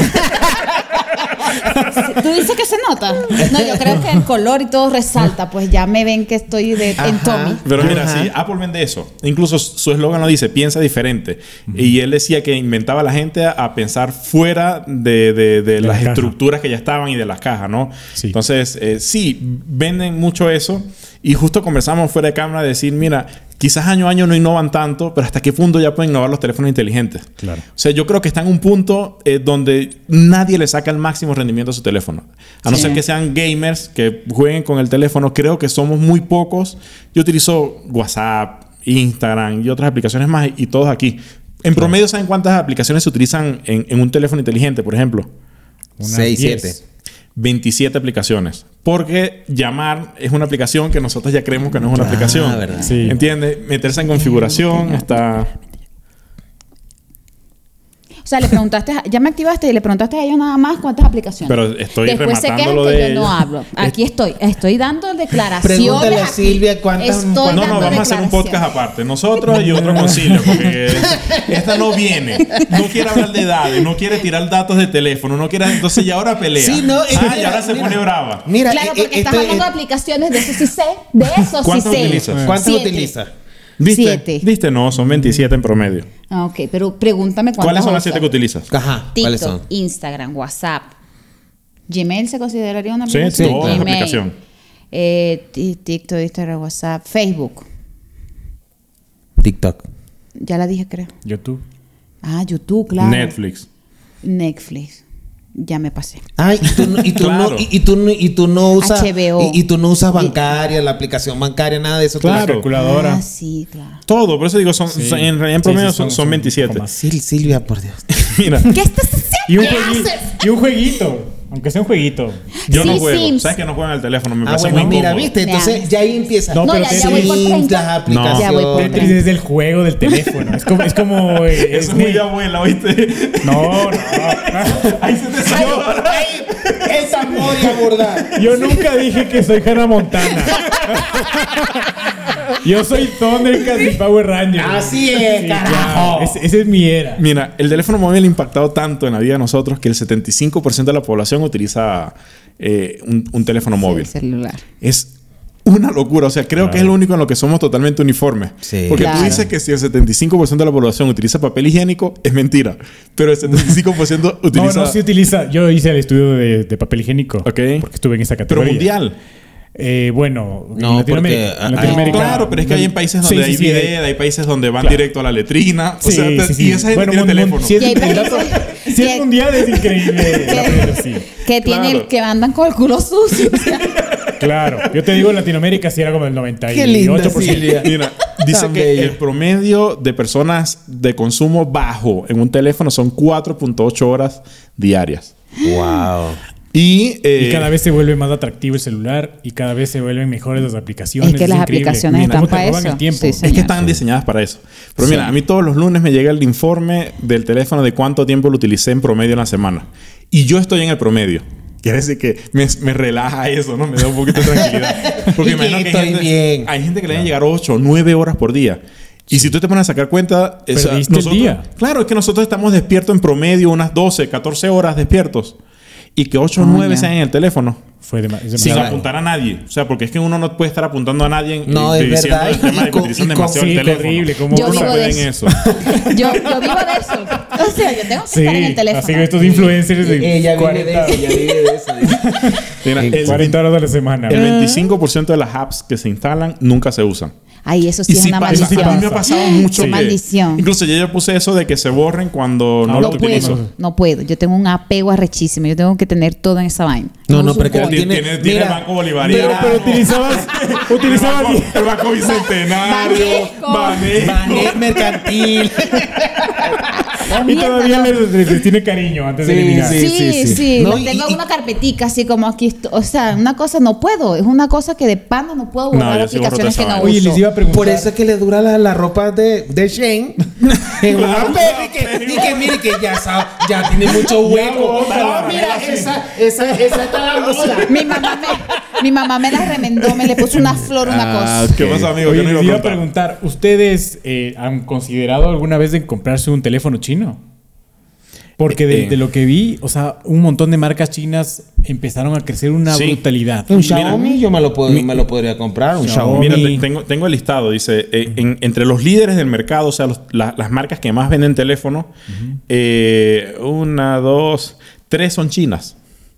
Speaker 3: ¿Tú dices que se nota? No, yo creo que el color y todo resalta, pues ya me ven que estoy de, en
Speaker 4: Ajá.
Speaker 3: Tommy.
Speaker 5: Pero mira,
Speaker 4: Ajá.
Speaker 5: sí, Apple vende eso. Incluso su eslogan lo dice, piensa diferente. Y él decía que inventaba a la gente a, a pensar fuera de, de- de
Speaker 1: la
Speaker 5: las
Speaker 1: caja.
Speaker 5: estructuras que ya estaban y de las cajas, ¿no?
Speaker 1: Sí.
Speaker 5: Entonces, eh, sí, venden mucho eso. Y justo conversamos fuera de cámara de decir, mira, quizás año a año no innovan tanto, pero hasta qué punto ya pueden innovar los teléfonos inteligentes.
Speaker 1: Claro.
Speaker 5: O sea, yo creo que está en un punto eh, donde nadie le saca el máximo rendimiento a su teléfono. A no
Speaker 3: Sí.
Speaker 5: ser que sean gamers que jueguen con el teléfono, creo que somos muy pocos. Yo utilizo WhatsApp, Instagram y otras aplicaciones más y todos aquí. En promedio, ¿saben cuántas aplicaciones se utilizan en, en un teléfono inteligente, por ejemplo?
Speaker 4: Unas 6,
Speaker 1: 10.
Speaker 4: 7.
Speaker 5: 27 aplicaciones. Porque llamar es una aplicación que nosotros ya creemos que no es una
Speaker 4: Ah,
Speaker 5: aplicación.
Speaker 4: verdad.
Speaker 5: Sí. ¿Entiendes? Meterse en configuración está...
Speaker 3: O sea, le preguntaste, a- ya me activaste y le preguntaste a ellos nada más cuántas aplicaciones.
Speaker 5: Pero estoy
Speaker 3: Después se
Speaker 5: rematando
Speaker 3: quejan
Speaker 5: lo
Speaker 3: que
Speaker 5: de
Speaker 3: yo no
Speaker 5: ellos.
Speaker 3: hablo. Aquí estoy, estoy dando declaraciones.
Speaker 7: Pregúntale a
Speaker 3: aquí.
Speaker 7: Silvia cuántas-
Speaker 3: Estoy
Speaker 7: cuántas-
Speaker 5: Pues No,
Speaker 3: dando
Speaker 5: no, vamos a hacer un podcast
Speaker 3: declaraciones.
Speaker 5: aparte. Nosotros y otro concilio. Porque esta no viene. No quiere hablar de edades. No quiere tirar datos de teléfono. No quiere... Entonces ya ahora pelea.
Speaker 7: Sí, no, es-
Speaker 5: ah, y ahora se
Speaker 7: mira.
Speaker 5: pone brava.
Speaker 7: Mira,
Speaker 3: Claro,
Speaker 7: eh, eh,
Speaker 3: porque estás
Speaker 7: esto
Speaker 3: hablando
Speaker 7: es-
Speaker 3: de aplicaciones, de eso sí sé, de eso sí
Speaker 5: ¿Cuántas
Speaker 3: sé.
Speaker 5: utilizas?
Speaker 7: ¿Cuántas
Speaker 3: Siete.
Speaker 7: utilizas?
Speaker 5: ¿Viste?
Speaker 3: Siete.
Speaker 5: ¿Viste? No, son 27 en promedio.
Speaker 3: Ah, ok, pero pregúntame cuántas
Speaker 5: ¿Cuáles son las
Speaker 3: usas.
Speaker 5: 7 que utilizas?
Speaker 4: Ajá. ¿Cuáles
Speaker 3: TikTok,
Speaker 4: son?
Speaker 3: Instagram, WhatsApp. Gmail se consideraría una
Speaker 5: Sí,
Speaker 3: aplicación.
Speaker 5: sí, todo es
Speaker 3: Gmail.
Speaker 5: aplicación.
Speaker 3: Eh, ti- TikTok, Instagram, WhatsApp, Facebook.
Speaker 4: TikTok.
Speaker 3: Ya la dije, creo.
Speaker 1: YouTube.
Speaker 3: Ah, YouTube, claro.
Speaker 5: Netflix.
Speaker 3: Netflix. Ya me pasé.
Speaker 4: Ay, y tú no, y tú
Speaker 5: Claro.
Speaker 4: no, y, y tú no, y tú no usas
Speaker 3: HBO.
Speaker 4: Y, y tú no usas bancaria, la aplicación bancaria, nada de eso. tú
Speaker 5: Claro.
Speaker 4: no-
Speaker 1: Calculadora.
Speaker 3: Ah, sí, claro.
Speaker 5: Todo. Por eso digo, son,
Speaker 1: Sí.
Speaker 5: son- en realidad en
Speaker 1: Sí,
Speaker 5: promedio
Speaker 1: sí,
Speaker 5: son, son 27.
Speaker 1: comas.
Speaker 4: Sil- Silvia, por Dios. Ah,
Speaker 5: Mira.
Speaker 3: ¿Qué estás haciendo?
Speaker 1: Y un,
Speaker 3: ¿Qué
Speaker 1: jueguito,
Speaker 3: haces?
Speaker 1: y un jueguito. Aunque sea un juguito.
Speaker 5: Yo
Speaker 3: Sí,
Speaker 5: no juego.
Speaker 3: Sims.
Speaker 5: ¿Sabes que no juego en el teléfono? Me
Speaker 4: Ah,
Speaker 5: parece
Speaker 4: bueno,
Speaker 5: muy
Speaker 4: mira,
Speaker 5: incómodo.
Speaker 4: viste, entonces
Speaker 3: Ya.
Speaker 4: ya ahí empieza.
Speaker 1: No, No, pero ya- ya voy
Speaker 3: por
Speaker 4: Sí,
Speaker 3: 30.
Speaker 4: las
Speaker 5: No.
Speaker 3: Ya voy por
Speaker 4: aplicaciones.
Speaker 1: Tetris es el juego del teléfono. Es como. Es como eh,
Speaker 5: Eso es
Speaker 1: Snake.
Speaker 5: muy abuela, ¿viste?
Speaker 1: No, no.
Speaker 5: Ahí se te salió.
Speaker 7: Es amor y abordar.
Speaker 1: Yo nunca dije que soy Hannah Montana. Yo soy Thundercats y Power Rangers.
Speaker 7: Así es,
Speaker 1: Sí,
Speaker 7: carajo.
Speaker 1: ya. Ese- Esa es mi era.
Speaker 5: Mira, el teléfono móvil ha impactado tanto en la vida de nosotros que el 75% de la población utiliza eh, un, un teléfono móvil.
Speaker 3: El celular.
Speaker 5: Es una locura. O sea, creo que es lo único en lo que somos totalmente uniformes.
Speaker 4: Sí.
Speaker 5: Porque
Speaker 3: Claro.
Speaker 5: tú dices que si el 75% de la población utiliza papel higiénico, es mentira. Pero el 75% utiliza...
Speaker 1: No, no se utiliza. Yo hice el estudio de, de papel higiénico.
Speaker 5: Ok.
Speaker 1: Porque estuve en esa
Speaker 5: Pero
Speaker 1: categoría.
Speaker 5: mundial.
Speaker 1: Eh, bueno, en
Speaker 4: No,
Speaker 1: Latinoamérica.
Speaker 4: porque,
Speaker 1: en
Speaker 4: ah,
Speaker 1: Latinoamérica-
Speaker 5: Claro, pero es que hay en países donde
Speaker 1: Sí, sí,
Speaker 5: hay
Speaker 1: sí,
Speaker 5: video, hay países donde van
Speaker 1: Claro.
Speaker 5: directo a la letrina. O
Speaker 1: Sí,
Speaker 5: sea,
Speaker 1: sí,
Speaker 5: te- y
Speaker 1: sí.
Speaker 5: esa gente
Speaker 1: Bueno,
Speaker 5: tiene
Speaker 1: mon- mon-
Speaker 5: teléfono.
Speaker 1: si es,
Speaker 3: Y hay
Speaker 1: el
Speaker 3: países-
Speaker 1: dato- si es
Speaker 3: que-
Speaker 1: mundial es increíble. la verdad, sí.
Speaker 3: Que tiene
Speaker 5: Claro.
Speaker 3: el que andan con el culo sucio. o sea.
Speaker 1: Claro, yo te digo en Latinoamérica sí era como el 98%.
Speaker 4: Qué linda, Silvia.
Speaker 5: Mira, dice
Speaker 4: Tan
Speaker 5: que
Speaker 4: bello.
Speaker 5: el promedio de personas de consumo bajo en un teléfono son 4.8 horas diarias.
Speaker 4: Wow.
Speaker 5: Y, eh,
Speaker 1: Y cada vez se vuelve más atractivo el celular y cada vez se vuelven mejores las aplicaciones.
Speaker 3: Es que las
Speaker 1: increíble.
Speaker 3: aplicaciones
Speaker 1: Mira,
Speaker 3: están
Speaker 1: cómo te
Speaker 3: pa'
Speaker 1: roban
Speaker 3: eso.
Speaker 1: el tiempo.
Speaker 3: Sí, sí.
Speaker 5: es que
Speaker 3: señor.
Speaker 5: están diseñadas para eso. Pero mira,
Speaker 3: Sí.
Speaker 5: a mí todos los lunes me llega el informe del teléfono de cuánto tiempo lo utilicé en promedio en la semana. Y yo estoy en el promedio. Quiere decir que me, me relaja eso, ¿no? Me da un poquito de tranquilidad. Porque
Speaker 4: Y que
Speaker 5: imagino que hay
Speaker 4: estoy
Speaker 5: gente,
Speaker 4: bien.
Speaker 5: hay gente que le deben llegar 8, 9 horas por día. Y si tú te pones a sacar cuenta... o sea,
Speaker 1: Perdiste el
Speaker 5: nosotros-
Speaker 1: día.
Speaker 5: Claro, es que nosotros estamos despiertos en promedio unas 12, 14 horas despiertos. Y que
Speaker 4: Oh,
Speaker 5: 8 o 9
Speaker 3: ya.
Speaker 5: sean en el teléfono.
Speaker 1: Fue dema- es
Speaker 5: Sin
Speaker 1: demasiado.
Speaker 5: apuntar a nadie. O sea, porque es que uno no puede estar apuntando a nadie en
Speaker 4: No,
Speaker 5: en-
Speaker 4: es
Speaker 5: diciendo
Speaker 4: verdad.
Speaker 5: el tema
Speaker 4: Y
Speaker 5: de que
Speaker 4: con-
Speaker 5: utilizan
Speaker 4: y con-
Speaker 5: demasiado
Speaker 1: Sí,
Speaker 5: el teléfono.
Speaker 1: terrible, como-
Speaker 3: Yo
Speaker 5: Uno
Speaker 3: vivo
Speaker 5: puede
Speaker 3: de
Speaker 5: en
Speaker 3: eso.
Speaker 5: eso.
Speaker 3: Yo, yo vivo de eso. O sea, yo tengo que
Speaker 1: Sí,
Speaker 3: estar en el teléfono.
Speaker 1: así que estos influencers de
Speaker 4: Ella vive
Speaker 1: 40,
Speaker 4: de eso, ella vive de eso. dice.
Speaker 5: Mira,
Speaker 4: En
Speaker 5: el,
Speaker 1: 40 horas a la semana.
Speaker 5: el 25% de las apps que se instalan nunca se usan.
Speaker 3: Ay, eso sí es
Speaker 5: sí
Speaker 3: una
Speaker 5: pasa. A mí me ha
Speaker 3: maldición.
Speaker 5: pasado mucho.
Speaker 3: Qué
Speaker 5: que-
Speaker 3: maldición.
Speaker 5: Incluso yo ya puse eso de que se borren cuando no
Speaker 1: Ah,
Speaker 3: No
Speaker 5: lo
Speaker 1: lo
Speaker 5: utilizo.
Speaker 3: puedo, no puedo. Yo tengo un apego arrechísimo. Yo tengo que tener todo en esa vaina.
Speaker 4: No, no, pero que
Speaker 5: Tiene-
Speaker 4: tiene,
Speaker 5: tiene- tiene
Speaker 4: mira,
Speaker 5: Banco Bolivariano.
Speaker 1: Pero, pero utilizabas, utilizabas
Speaker 5: el, banco, el Banco Bicentenario,
Speaker 3: Banesco.
Speaker 5: Banesco.
Speaker 4: Banet mercantil.
Speaker 1: y todavía les, les- les tiene cariño antes de
Speaker 4: Sí,
Speaker 1: eliminar.
Speaker 3: Sí, sí,
Speaker 4: sí, sí. No, y-
Speaker 3: tengo
Speaker 4: y-
Speaker 3: una carpetica así como aquí. esto- O sea, una cosa no puedo. Es una cosa que de pana no puedo
Speaker 5: No,
Speaker 3: borrar
Speaker 5: yo sí borro
Speaker 3: aplicaciones
Speaker 5: toda
Speaker 3: que
Speaker 5: esa
Speaker 3: no
Speaker 5: vaina.
Speaker 1: Oye,
Speaker 3: uso.
Speaker 1: les iba a preguntar.
Speaker 4: Por eso es que le dura la, la ropa de, de Shane. en una
Speaker 5: Claro,
Speaker 4: peli que, y que mire que ya, sabe- ya tiene mucho hueco.
Speaker 5: bota,
Speaker 4: No,
Speaker 5: mira,
Speaker 4: mira, esa, esa, esa está la moda.
Speaker 3: Mi mamá, me, mi mamá me las remendó, me le puso una flor, una
Speaker 4: Ah,
Speaker 3: cosa.
Speaker 5: ¿Qué pasa, amigo?
Speaker 1: Oye,
Speaker 5: ¿Qué nos
Speaker 1: les iba
Speaker 5: iba a
Speaker 1: a
Speaker 5: contar?
Speaker 1: preguntar, ¿ustedes eh, han considerado alguna vez de comprarse un teléfono chino? Porque de,
Speaker 5: Eh,
Speaker 1: de lo que vi, o sea, un montón de marcas chinas empezaron a crecer una
Speaker 5: Sí.
Speaker 1: brutalidad.
Speaker 4: Un Xiaomi yo me lo, puedo, me lo podría comprar. Un
Speaker 1: Oh,
Speaker 4: Xiaomi.
Speaker 5: Mira, te- tengo, tengo el listado. Dice, eh, en- entre los líderes del mercado, o sea, los- la- las marcas que más venden teléfono, eh, una, dos, tres son chinas.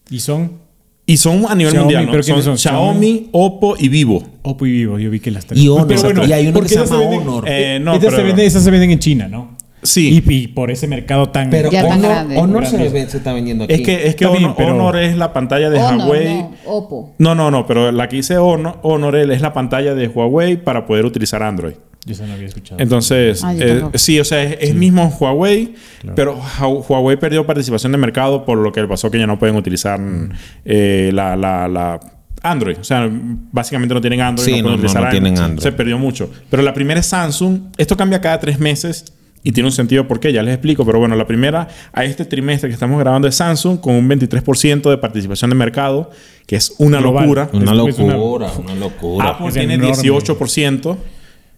Speaker 1: Y son
Speaker 5: Y son a nivel
Speaker 1: Xiaomi,
Speaker 5: mundial. ¿no?
Speaker 1: ¿pero
Speaker 5: Son,
Speaker 1: quiénes son?
Speaker 5: Xiaomi, Oppo y Vivo.
Speaker 1: Oppo y Vivo, yo vi que las tres.
Speaker 4: Y Honor.
Speaker 1: Pero bueno,
Speaker 4: y hay uno que
Speaker 1: porque
Speaker 4: se
Speaker 1: esas
Speaker 4: llama
Speaker 1: venden-
Speaker 4: Honor.
Speaker 5: Eh, no,
Speaker 1: esas
Speaker 5: pero-
Speaker 1: se venden, esas se venden en China, ¿no?
Speaker 5: Sí.
Speaker 1: Y, y por ese mercado tan...
Speaker 4: Pero
Speaker 3: Ya tan
Speaker 4: Honor,
Speaker 3: grande.
Speaker 4: Honor se,
Speaker 1: Grande.
Speaker 4: ve- se está vendiendo aquí.
Speaker 5: Es que, es que
Speaker 1: Está bien,
Speaker 5: Honor,
Speaker 1: pero-
Speaker 5: Honor es la pantalla de
Speaker 3: Honor,
Speaker 5: Huawei.
Speaker 3: Oh, no, Oppo.
Speaker 5: No, no, no, pero la que hice Honor, Honor es la pantalla de Huawei para poder utilizar Android.
Speaker 1: Yo se lo había escuchado.
Speaker 5: Entonces,
Speaker 3: Ah, yo
Speaker 5: eh,
Speaker 3: tampoco.
Speaker 5: sí, o sea, es, es mismo Huawei, pero Hua- Huawei perdió participación de mercado por lo que le pasó que ya no pueden utilizar
Speaker 4: Mm.
Speaker 5: eh, la, la- la Android. O sea, básicamente no tienen Android.
Speaker 4: Sí, no, no, no tienen Android.
Speaker 5: Se perdió mucho. Pero la primera es Samsung. Esto cambia cada tres meses. Y tiene un sentido por qué, ya les explico. Pero bueno, la primera a este trimestre que estamos grabando es Samsung con un 23% de participación de mercado, que es una
Speaker 1: Global.
Speaker 5: locura.
Speaker 4: Una
Speaker 1: Es- es una-
Speaker 4: locura, una locura.
Speaker 5: Apple
Speaker 1: Es
Speaker 5: tiene
Speaker 1: enorme.
Speaker 5: 18%,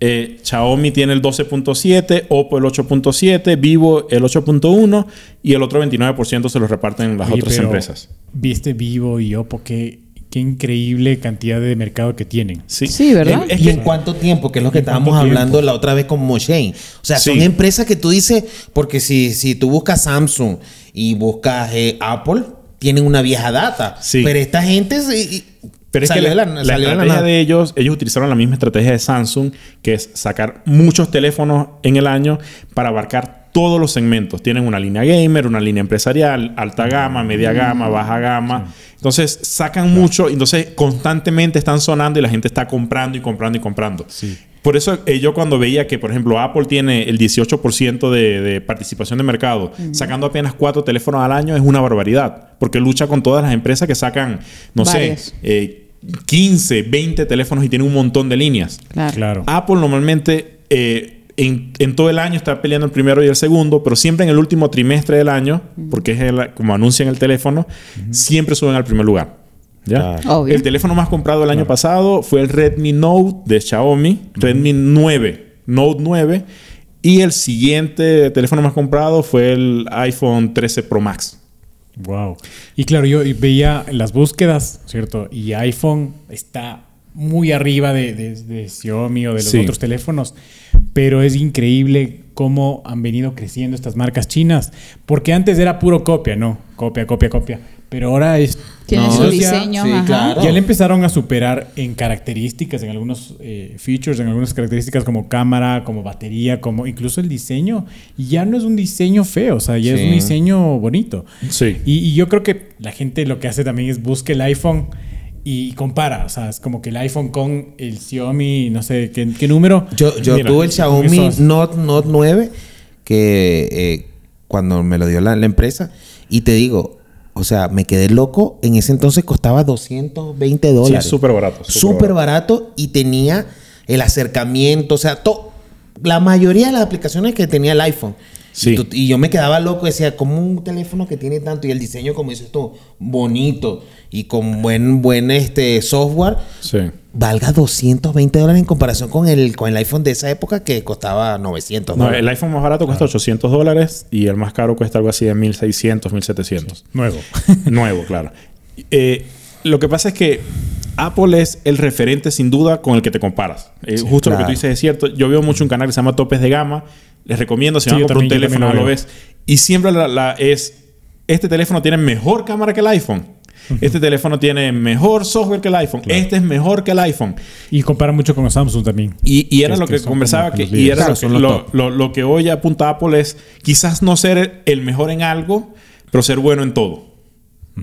Speaker 5: eh, Xiaomi tiene el 12.7%, Oppo el 8.7%, Vivo el 8.1% y el otro 29% se los reparten las
Speaker 1: Oye,
Speaker 5: otras
Speaker 1: pero
Speaker 5: empresas.
Speaker 1: Viste Vivo y Oppo, qué, qué increíble cantidad de mercado que tienen.
Speaker 4: Ah.
Speaker 5: Sí, Eh,
Speaker 3: Sí, ¿verdad?
Speaker 5: Es- es
Speaker 4: ¿Y
Speaker 5: que-
Speaker 4: en cuánto tiempo? Que es lo que
Speaker 1: ¿En cuánto
Speaker 4: estábamos
Speaker 1: tiempo?
Speaker 4: hablando la otra vez con Moshe. O sea,
Speaker 5: Sí.
Speaker 4: son empresas que tú dices, porque si, si tú buscas Samsung y buscas eh, Apple, tienen una vieja data.
Speaker 5: Sí.
Speaker 4: Pero esta gente se- y-
Speaker 5: pero es que
Speaker 4: salió
Speaker 5: la,
Speaker 4: de la,
Speaker 5: la
Speaker 4: salió de la
Speaker 5: estrategia
Speaker 4: nada.
Speaker 5: de ellos, ellos utilizaron la misma estrategia de Samsung, que es sacar muchos teléfonos en el año para abarcar todos los segmentos. Tienen una línea gamer, una línea empresarial, alta gama, media gama, baja gama. Entonces sacan mucho, entonces constantemente están sonando y la gente está comprando y comprando y comprando. Por eso eh, yo cuando veía que, por ejemplo, Apple tiene el 18% de, de participación de mercado, sacando apenas cuatro teléfonos al año es una barbaridad, porque lucha con todas las empresas que sacan, no
Speaker 3: Varios.
Speaker 5: sé, eh, 15, 20 teléfonos y tiene un montón de líneas.
Speaker 3: Claro.
Speaker 1: Claro.
Speaker 5: Apple normalmente eh, en, en todo el año está peleando el primero y el segundo, pero siempre en el último trimestre del año, porque es el- como anuncian el teléfono, siempre suben al primer lugar. ¿Ya?
Speaker 3: Claro. Obvio.
Speaker 5: El teléfono más comprado el año pasado fue el Redmi Note de Xiaomi, Redmi 9, Note 9, y el siguiente teléfono más comprado fue el iPhone 13 Pro Max.
Speaker 1: Wow. Y claro, yo veía las búsquedas, ¿cierto? Y iPhone está muy arriba de, de- de Xiaomi o de los
Speaker 5: Sí.
Speaker 1: otros teléfonos, pero es increíble cómo han venido creciendo estas marcas chinas, porque antes era puro copia, ¿no? Copia, copia, copia, pero ahora es...
Speaker 3: Tiene
Speaker 1: no,
Speaker 3: su
Speaker 1: ya-
Speaker 3: diseño,
Speaker 4: sí,
Speaker 3: ajá.
Speaker 4: claro.
Speaker 1: Ya le empezaron a superar en características, en algunos eh, features, en algunas características como cámara, como batería, como incluso el diseño. Y ya no es un diseño feo, o sea, ya es
Speaker 4: Sí.
Speaker 1: un diseño bonito.
Speaker 5: Sí.
Speaker 1: Y, y yo creo que la gente lo que hace también es busca el iPhone y compara. O sea, es como que el iPhone con el Xiaomi, no sé qué, qué número.
Speaker 4: Yo, yo
Speaker 1: Mira,
Speaker 4: tuve el
Speaker 1: con
Speaker 4: Xiaomi
Speaker 1: esos-
Speaker 4: Note, Note 9 que eh, cuando me lo dio la, la empresa y te digo, o sea, me quedé loco. En ese entonces costaba 220
Speaker 5: Sí,
Speaker 4: dólares.
Speaker 5: es súper barato.
Speaker 4: súper barato y tenía el acercamiento, o sea, to- la mayoría de las aplicaciones que tenía el iPhone.
Speaker 5: Sí.
Speaker 4: Y, tú- y yo me quedaba loco, decía, como un teléfono que tiene tanto y el diseño, como dices tú, bonito y con buen, buen este, software,
Speaker 5: Sí.
Speaker 4: valga 220 dólares en comparación con el, con el iPhone de esa época que costaba 900
Speaker 5: No,
Speaker 4: dólares.
Speaker 5: el iPhone más barato cuesta 800 dólares y el más caro cuesta algo así de 1600, 1700.
Speaker 1: Nuevo.
Speaker 5: Nuevo, claro. Eh, lo que pasa es que Apple es el referente sin duda con el que te comparas. Eh, justo lo que
Speaker 4: claro.
Speaker 5: tú dices es cierto. Yo veo mucho un canal que se llama Topes de Gama. Les recomiendo, si
Speaker 1: Sí,
Speaker 5: van a
Speaker 1: yo
Speaker 5: comprar un
Speaker 1: también- yo también
Speaker 5: teléfono,
Speaker 1: lo
Speaker 5: lo,
Speaker 1: veo.
Speaker 5: ves. Y siempre la, la- es, este teléfono tiene mejor cámara que el iPhone. Este teléfono tiene mejor software que el iPhone. Este es mejor que el iPhone.
Speaker 1: Y compara mucho con los Samsung también.
Speaker 5: Y, y era
Speaker 1: Es
Speaker 5: lo
Speaker 1: que
Speaker 5: que,
Speaker 1: son
Speaker 5: conversaba,
Speaker 1: como
Speaker 5: que,
Speaker 1: los
Speaker 5: y
Speaker 1: líderes.
Speaker 5: era
Speaker 4: Claro,
Speaker 5: lo, que,
Speaker 4: son los
Speaker 5: lo,
Speaker 4: top.
Speaker 5: lo- lo que hoy apunta Apple es quizás no ser el mejor en algo, pero ser bueno en todo.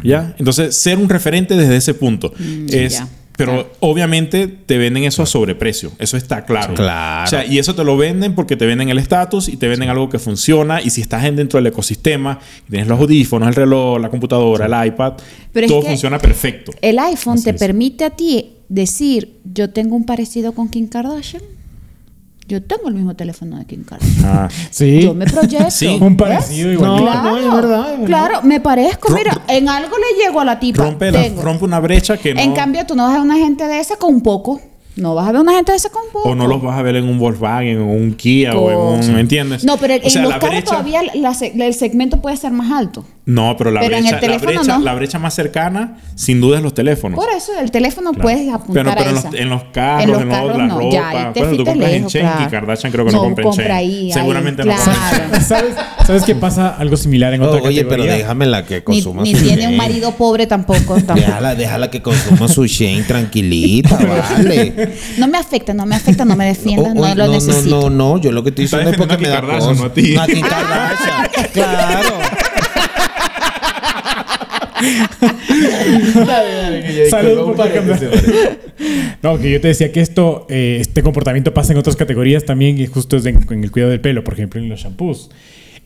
Speaker 5: ¿Ya? Entonces, ser un referente desde ese punto. es,
Speaker 3: Mm, ya.
Speaker 5: Pero obviamente te venden eso a sobreprecio. Eso está claro.
Speaker 4: Claro.
Speaker 5: O sea, y eso te lo venden porque te venden el estatus y te venden algo que funciona. Y si estás en- dentro del ecosistema, tienes los audífonos, el reloj, la computadora, el iPad,
Speaker 3: Pero es
Speaker 5: todo
Speaker 3: que-
Speaker 5: funciona perfecto.
Speaker 3: El iPhone
Speaker 1: Así
Speaker 3: te
Speaker 1: es.
Speaker 3: permite a ti decir, yo tengo un parecido con Kim Kardashian. Yo tengo el mismo teléfono de Kim Kardashian.
Speaker 5: Ah.
Speaker 1: Sí.
Speaker 3: Yo me proyecto.
Speaker 5: Sí.
Speaker 1: Un parecido
Speaker 3: ¿ves?
Speaker 1: igualito.
Speaker 3: Claro,
Speaker 4: No, no, es verdad, es verdad.
Speaker 3: Claro, me parezco.
Speaker 5: Rom-
Speaker 3: Mira, en algo le llego a la tipa.
Speaker 5: Rompe, la-
Speaker 3: Tengo.
Speaker 5: rompe una brecha que no...
Speaker 3: En cambio, tú no vas a ver una gente de esa con poco. No vas a ver una gente de esa con poco.
Speaker 5: O no los vas a ver en un Volkswagen o un Kia o en un... ¿Me entiendes?
Speaker 3: No, pero
Speaker 5: O
Speaker 3: en
Speaker 5: sea,
Speaker 3: los
Speaker 5: la
Speaker 3: carros
Speaker 5: brecha-
Speaker 3: todavía la se- el segmento puede ser más alto.
Speaker 5: No, pero la
Speaker 3: pero en
Speaker 5: brecha...
Speaker 3: el teléfono
Speaker 5: la, brecha
Speaker 3: no.
Speaker 5: la brecha más cercana, sin duda, es los teléfonos.
Speaker 3: Por eso el teléfono puedes apuntar
Speaker 5: Pero, pero
Speaker 3: a
Speaker 5: en, los,
Speaker 3: esa.
Speaker 5: en los carros, en, los- la ropa...
Speaker 3: ahí te
Speaker 5: bueno, tú
Speaker 3: fuiste
Speaker 5: compras
Speaker 3: lejos,
Speaker 5: en Chen y
Speaker 3: claro.
Speaker 5: Kardashian creo que no, compra en Shein.
Speaker 3: ahí, ahí,
Speaker 5: Seguramente no compra en Shein.
Speaker 3: claro.
Speaker 1: ¿Sabes, ¿Sabes qué pasa? Algo similar en
Speaker 4: Oh,
Speaker 1: otra
Speaker 4: oye, pero
Speaker 1: categoría.
Speaker 4: déjame la que
Speaker 3: Ni,
Speaker 4: consuma
Speaker 3: ni
Speaker 4: su
Speaker 3: tiene un
Speaker 4: Shein.
Speaker 3: marido pobre tampoco. tampoco.
Speaker 4: Déjala, déjala que consuma su Shane tranquilita, vale.
Speaker 3: No me afecta, no me afecta, no me defienda,
Speaker 4: O-
Speaker 3: no
Speaker 4: oye,
Speaker 3: lo necesito.
Speaker 4: No, no, yo lo que estoy
Speaker 5: Está
Speaker 4: diciendo es porque me da
Speaker 5: defendiendo a Kim Kardashian,
Speaker 4: cosa.
Speaker 5: no
Speaker 4: No,
Speaker 5: a ti.
Speaker 4: a Kim Kardashian. claro.
Speaker 1: Salud por cambiar. No, que yo te decía que esto, eh, este comportamiento pasa en otras categorías también, y justo es en, en el cuidado del pelo, por ejemplo, en los shampoos.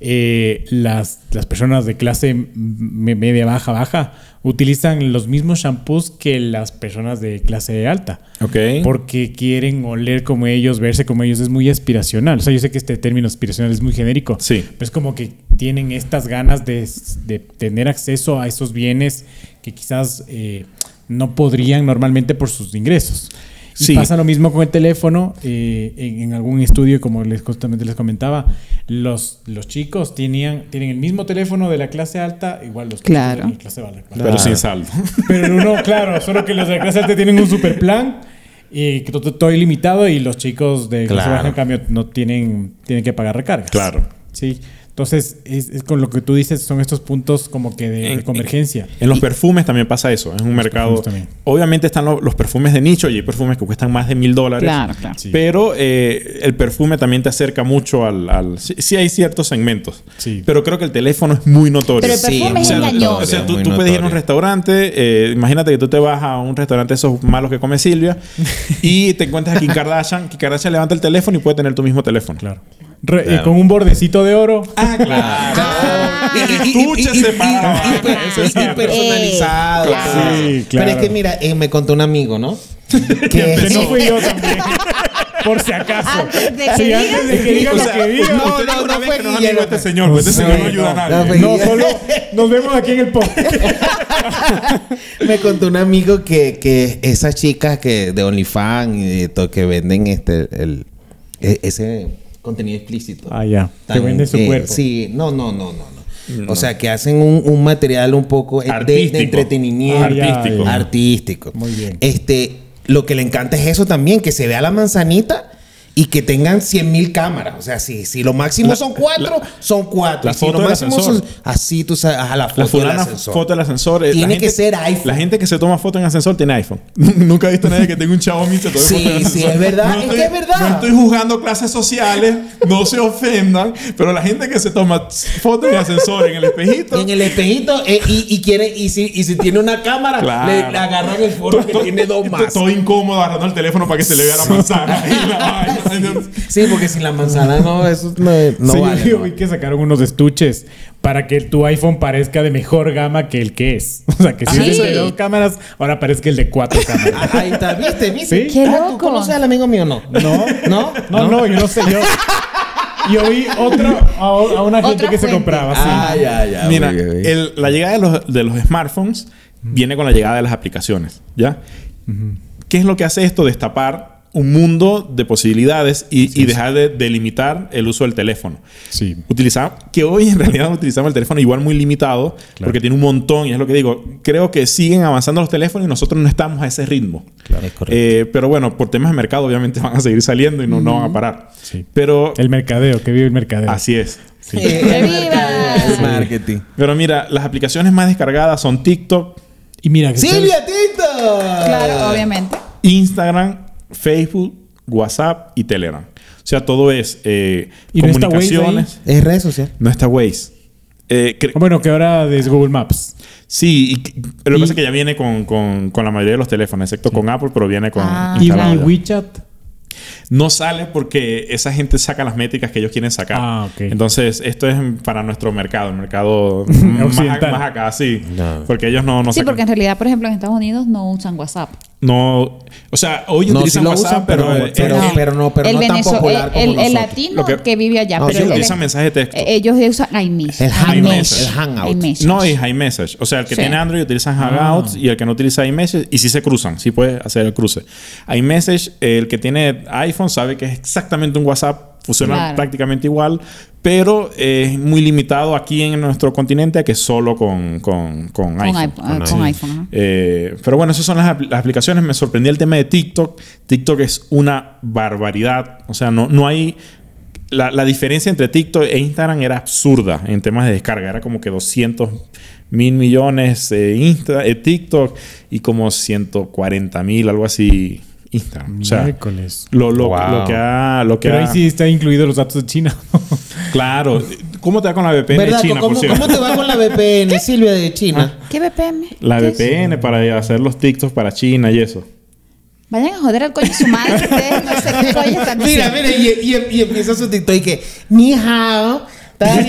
Speaker 1: Eh, las, las personas de clase me- media, baja, baja, utilizan los mismos shampoos que las personas de clase alta.
Speaker 5: Ok.
Speaker 1: Porque quieren oler como ellos, verse como ellos. Es muy aspiracional. O sea, yo sé que este término aspiracional es muy genérico.
Speaker 5: Sí.
Speaker 1: Pero es como que tienen estas ganas de, de tener acceso a esos bienes que quizás eh, no podrían normalmente por sus ingresos. Y
Speaker 5: Sí.
Speaker 1: pasa lo mismo con el teléfono. eh, en, en algún estudio, como les, justamente les comentaba, los, los chicos tenían, tienen el mismo teléfono de la clase alta, igual los chicos
Speaker 3: Claro.
Speaker 1: de la clase baja.
Speaker 5: Pero sin saldo.
Speaker 1: Pero uno, claro, solo que los de la clase alta tienen un super plan y que to- to- todo ilimitado y los chicos de clase
Speaker 4: Claro.
Speaker 1: baja, en cambio, no tienen, tienen que pagar recargas.
Speaker 5: Claro.
Speaker 1: Sí. Entonces, es, es con lo que tú dices, son estos puntos como que de, de
Speaker 5: En-
Speaker 1: convergencia.
Speaker 5: En los perfumes también pasa eso. Es un mercado.
Speaker 1: perfumes también.
Speaker 5: Obviamente están lo- los perfumes de nicho y hay perfumes que cuestan más de mil dólares.
Speaker 3: Claro, claro.
Speaker 1: Sí.
Speaker 5: Pero eh, el perfume también te acerca mucho al. al- sí, sí hay ciertos segmentos.
Speaker 1: Sí.
Speaker 5: Pero creo que el teléfono es muy notorio.
Speaker 8: Pero el
Speaker 4: Sí,
Speaker 8: perfume
Speaker 5: O
Speaker 8: es
Speaker 5: sea,
Speaker 8: engañoso.
Speaker 5: o sea, tú,
Speaker 4: muy
Speaker 5: tú puedes ir a un
Speaker 4: notorio.
Speaker 5: restaurante, eh, imagínate que tú te vas a un restaurante de esos malos que come Silvia y te encuentras a Kim Kardashian. Kim Kardashian levanta el teléfono y puede tener tu mismo teléfono.
Speaker 1: Claro. Re- eh, con un bordecito de oro.
Speaker 5: Ah, claro. Estuche separado. Eso sí.
Speaker 4: personalizado.
Speaker 1: claro. Sí,
Speaker 4: Pero
Speaker 1: claro.
Speaker 4: es que mira, eh, me contó un amigo, ¿no?
Speaker 1: Que
Speaker 4: Que
Speaker 1: no fui yo también. Por si acaso.
Speaker 8: Antes de que
Speaker 1: Sí, antes de que digan
Speaker 5: O
Speaker 1: lo
Speaker 5: sea,
Speaker 1: que digan.
Speaker 5: no,
Speaker 4: Usted
Speaker 5: no,
Speaker 4: alguna
Speaker 5: no
Speaker 4: vez
Speaker 5: fue
Speaker 4: que no es
Speaker 5: Guillermo.
Speaker 4: amigo de
Speaker 5: este
Speaker 4: este
Speaker 5: señor,
Speaker 1: No,
Speaker 5: pues este señor
Speaker 1: no,
Speaker 5: no ayuda a
Speaker 4: no,
Speaker 5: nadie.
Speaker 4: fue
Speaker 1: No, solo nos vemos aquí en el podcast.
Speaker 4: me contó un amigo que, que esas chicas que de OnlyFans y de todo, que venden este el, e- ese contenido explícito.
Speaker 1: Ah, ya. Que
Speaker 4: Tan,
Speaker 1: venden su
Speaker 4: eh,
Speaker 1: cuerpo.
Speaker 4: Sí, no, no, no, no. no. O sea, que hacen un, un material un poco eh, de- de,
Speaker 5: Artístico.
Speaker 4: entretenimiento.
Speaker 1: Ah, ya,
Speaker 5: Artístico.
Speaker 1: ya.
Speaker 4: artístico.
Speaker 1: Muy bien.
Speaker 4: Este, lo que le encanta es eso también, que se vea la manzanita y que tengan 100 mil cámaras. O sea, si, si lo máximo
Speaker 5: La-
Speaker 4: son cuatro, son cuatro.
Speaker 5: la
Speaker 4: Y si
Speaker 5: foto
Speaker 4: lo
Speaker 5: del
Speaker 4: máximo
Speaker 5: ascensor.
Speaker 4: son así, tú sabes, ajá, la foto
Speaker 5: La
Speaker 4: del
Speaker 5: fulana
Speaker 4: ascensor.
Speaker 5: foto del ascensor. eh, la
Speaker 4: Tiene que
Speaker 5: gente-
Speaker 4: ser iPhone.
Speaker 5: La gente que se toma foto en ascensor tiene iPhone. Nunca he visto a nadie que tenga un Xiaomi y se tome
Speaker 4: Sí,
Speaker 5: foto en
Speaker 4: sí,
Speaker 5: ascensor.
Speaker 4: es verdad. Es que
Speaker 5: estoy-
Speaker 4: es verdad.
Speaker 5: No estoy juzgando clases sociales, no se ofendan, pero la gente que se toma foto en ascensor en el espejito.
Speaker 4: En el espejito eh, y, y quiere y si, y si tiene una cámara
Speaker 5: Claro.
Speaker 4: le, le agarran el foro que
Speaker 5: to-
Speaker 4: tiene dos más.
Speaker 5: Todo incómodo agarrando el teléfono para que se le vea la manzana. y la vaina.
Speaker 4: Sí, porque sin la manzana no eso no, no
Speaker 1: sí, yo
Speaker 4: vale.
Speaker 1: vi
Speaker 4: no vale.
Speaker 1: que sacaron unos estuches para que tu iPhone parezca de mejor gama que el que es. O sea, que si es el de dos cámaras, ahora parezca el de cuatro cámaras.
Speaker 4: Ah, Ahí está, ¿viste? ¿Viste?
Speaker 1: Sí.
Speaker 3: Qué
Speaker 4: Ah, ¿Tú
Speaker 3: loco.
Speaker 4: conoces al amigo mío o no?
Speaker 1: No.
Speaker 4: ¿No?
Speaker 1: No, no, yo no sé. Yo, yo vi otro, a, a una gente
Speaker 8: Otra
Speaker 1: que se
Speaker 8: fuente.
Speaker 1: compraba. sí.
Speaker 4: Ah, ya, ya.
Speaker 5: Mira,
Speaker 4: muy bien, bien.
Speaker 5: el- la llegada de los, de los smartphones viene con la llegada de las aplicaciones, ¿ya? ¿Qué es lo que hace esto? Destapar un mundo de posibilidades y, y dejar de, de limitar el uso del teléfono.
Speaker 1: Sí.
Speaker 5: Utilizamos, que hoy en realidad utilizamos el teléfono igual muy limitado, porque tiene un montón, y es lo que digo, creo que siguen avanzando los teléfonos y nosotros no estamos a ese ritmo.
Speaker 4: Es correcto.
Speaker 5: Eh, pero bueno, por temas de mercado obviamente van a seguir saliendo y no, no van a parar.
Speaker 1: Sí.
Speaker 5: Pero
Speaker 1: El mercadeo, que vive el mercadeo.
Speaker 5: así es.
Speaker 4: Eh, el marketing.
Speaker 5: Pero mira, las aplicaciones más descargadas son TikTok,
Speaker 1: Y mira, que
Speaker 4: Silvia Tito.
Speaker 3: Claro, obviamente.
Speaker 5: Instagram, Facebook, WhatsApp y Telegram. O sea, todo es eh,
Speaker 1: ¿Y no está Waze
Speaker 5: comunicaciones.
Speaker 4: Es red social.
Speaker 5: No está Waze. Eh, cre-
Speaker 1: Bueno, que ahora es Google Maps.
Speaker 5: sí, y que- lo que
Speaker 1: Y-
Speaker 5: pasa es que ya viene con, con- con la mayoría de los teléfonos, excepto con Apple, pero viene con
Speaker 3: Ah.
Speaker 1: Y,
Speaker 5: instalado
Speaker 1: y
Speaker 5: ya.
Speaker 1: WeChat.
Speaker 5: No sale porque esa gente saca las métricas que ellos quieren sacar.
Speaker 1: Ah, ok.
Speaker 5: Entonces, esto es para nuestro mercado, el mercado más,
Speaker 1: Occidental.
Speaker 5: más acá, sí.
Speaker 4: No.
Speaker 5: Porque ellos no, no
Speaker 3: Sí,
Speaker 5: sacan-
Speaker 3: porque en realidad, por ejemplo, en Estados Unidos no usan WhatsApp.
Speaker 5: No, o sea, hoy
Speaker 4: No, sí
Speaker 5: utilizan
Speaker 4: lo
Speaker 5: WhatsApp,
Speaker 4: usan,
Speaker 5: pero,
Speaker 4: pero, pero,
Speaker 5: eh,
Speaker 4: pero,
Speaker 5: eh,
Speaker 4: no, pero no,
Speaker 3: el
Speaker 4: tan
Speaker 3: venezo-
Speaker 4: popular
Speaker 3: el-
Speaker 4: como
Speaker 3: el, el
Speaker 4: nosotros.
Speaker 3: latino
Speaker 5: Lo que-
Speaker 3: que, vive allá.
Speaker 4: No,
Speaker 3: pero
Speaker 4: sí,
Speaker 3: el-
Speaker 5: utilizan mensaje de texto.
Speaker 3: Eh, ellos usan iMessage.
Speaker 4: El hang-
Speaker 3: iMessage.
Speaker 4: el hangout.
Speaker 3: iMessage.
Speaker 5: No, es iMessage. O sea, el que
Speaker 3: Sí.
Speaker 5: tiene Android utiliza Hangouts y el que no utiliza iMessage, y sí se cruzan, sí puede hacer el cruce. iMessage, el que tiene iPhone sabe que es exactamente un WhatsApp, funciona
Speaker 3: Claro.
Speaker 5: prácticamente igual, pero es muy limitado aquí en nuestro continente a que solo con, con, con
Speaker 3: Con
Speaker 5: iPhone.
Speaker 3: iPhone, eh, con iPhone, ajá.
Speaker 5: Eh, pero bueno, esas son las, apl- las aplicaciones. Me sorprendió el tema de TikTok. TikTok es una barbaridad. O sea, no, no hay. La, la diferencia entre TikTok e Instagram era absurda en temas de descarga. Era como que 200 mil millones eh, Insta- eh, TikTok y como 140 mil, algo así, Instagram. O sea,
Speaker 1: Miércoles.
Speaker 5: lo, lo,
Speaker 4: Wow.
Speaker 5: lo que ha... Lo que
Speaker 1: Pero ahí
Speaker 5: ha-
Speaker 1: sí está incluido los datos de China.
Speaker 5: Claro, ¿Cómo te va con la VPN de
Speaker 9: ¿Verdad?
Speaker 5: China,
Speaker 9: ¿Cómo,
Speaker 5: por cierto?
Speaker 9: cómo te va con la VPN, Silvia de China?
Speaker 3: ¿Qué BPM?
Speaker 5: La
Speaker 3: ¿Qué es?
Speaker 5: VPN para hacer los TikToks para China y eso.
Speaker 3: Vayan a joder al coño de su madre. ustedes, no sé qué coño están
Speaker 9: Mira,
Speaker 3: diciendo.
Speaker 9: mira, y, y- y empieza su TikTok y que, ni hao. tal",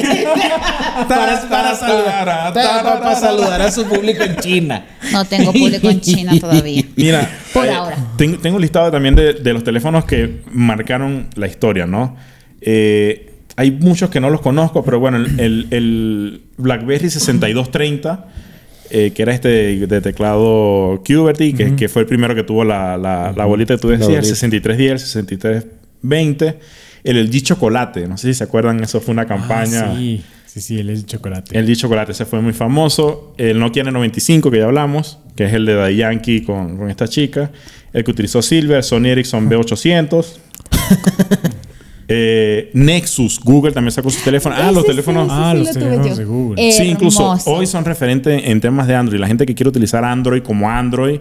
Speaker 9: para, para saludar, para, para saludar a su público en China.
Speaker 3: No tengo público en China todavía.
Speaker 5: Mira,
Speaker 3: Por ahora.
Speaker 5: Tengo, Eh, tengo un listado también de, de los teléfonos que marcaron la historia, ¿no? Eh, hay muchos que no los conozco, pero bueno, el, el- el BlackBerry 6230, eh, que era este de, de teclado QWERTY, que, que fue el primero que tuvo la, la, la bolita que tú decías, el 6310, el 6320, el LG Chocolate, no sé si se acuerdan, eso fue una campaña.
Speaker 1: Ah, sí, sí, sí, él es el chocolate.
Speaker 5: El dicho chocolate, ese fue muy famoso. El Nokia N95, que ya hablamos, que es el de Daddy Yankee con, con esta chica. El que utilizó Silver, Sony Ericsson B800. Eh, Nexus, Google también sacó su teléfono. Ah,
Speaker 10: Ese
Speaker 5: los
Speaker 10: sí,
Speaker 5: teléfonos. Ah,
Speaker 10: ese
Speaker 1: Ah,
Speaker 10: sí
Speaker 1: los
Speaker 10: lo tuve yo.
Speaker 1: teléfonos de Google.
Speaker 3: Eh,
Speaker 5: Sí, incluso
Speaker 10: Hermoso.
Speaker 5: hoy son referentes en temas de Android. La gente que quiere utilizar Android como Android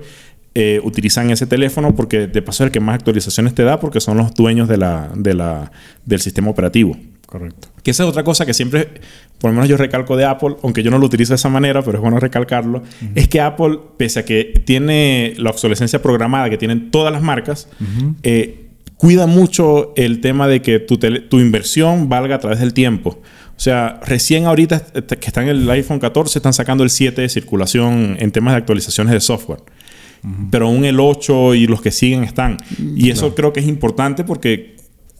Speaker 5: eh, utilizan ese teléfono porque de paso es el que más actualizaciones te da porque son los dueños de la, de la, del sistema operativo.
Speaker 1: Correcto.
Speaker 5: Que esa es otra cosa que siempre, por lo menos yo recalco de Apple, aunque yo no lo utilizo de esa manera, pero es bueno recalcarlo, es que Apple, pese a que tiene la obsolescencia programada que tienen todas las marcas, eh, cuida mucho el tema de que tu, tele- tu inversión valga a través del tiempo. O sea, recién ahorita est- que están en el iPhone 14, están sacando el 7 de circulación en temas de actualizaciones de software pero aún el 8 y los que siguen están.
Speaker 1: Mm,
Speaker 5: Y eso creo que es importante porque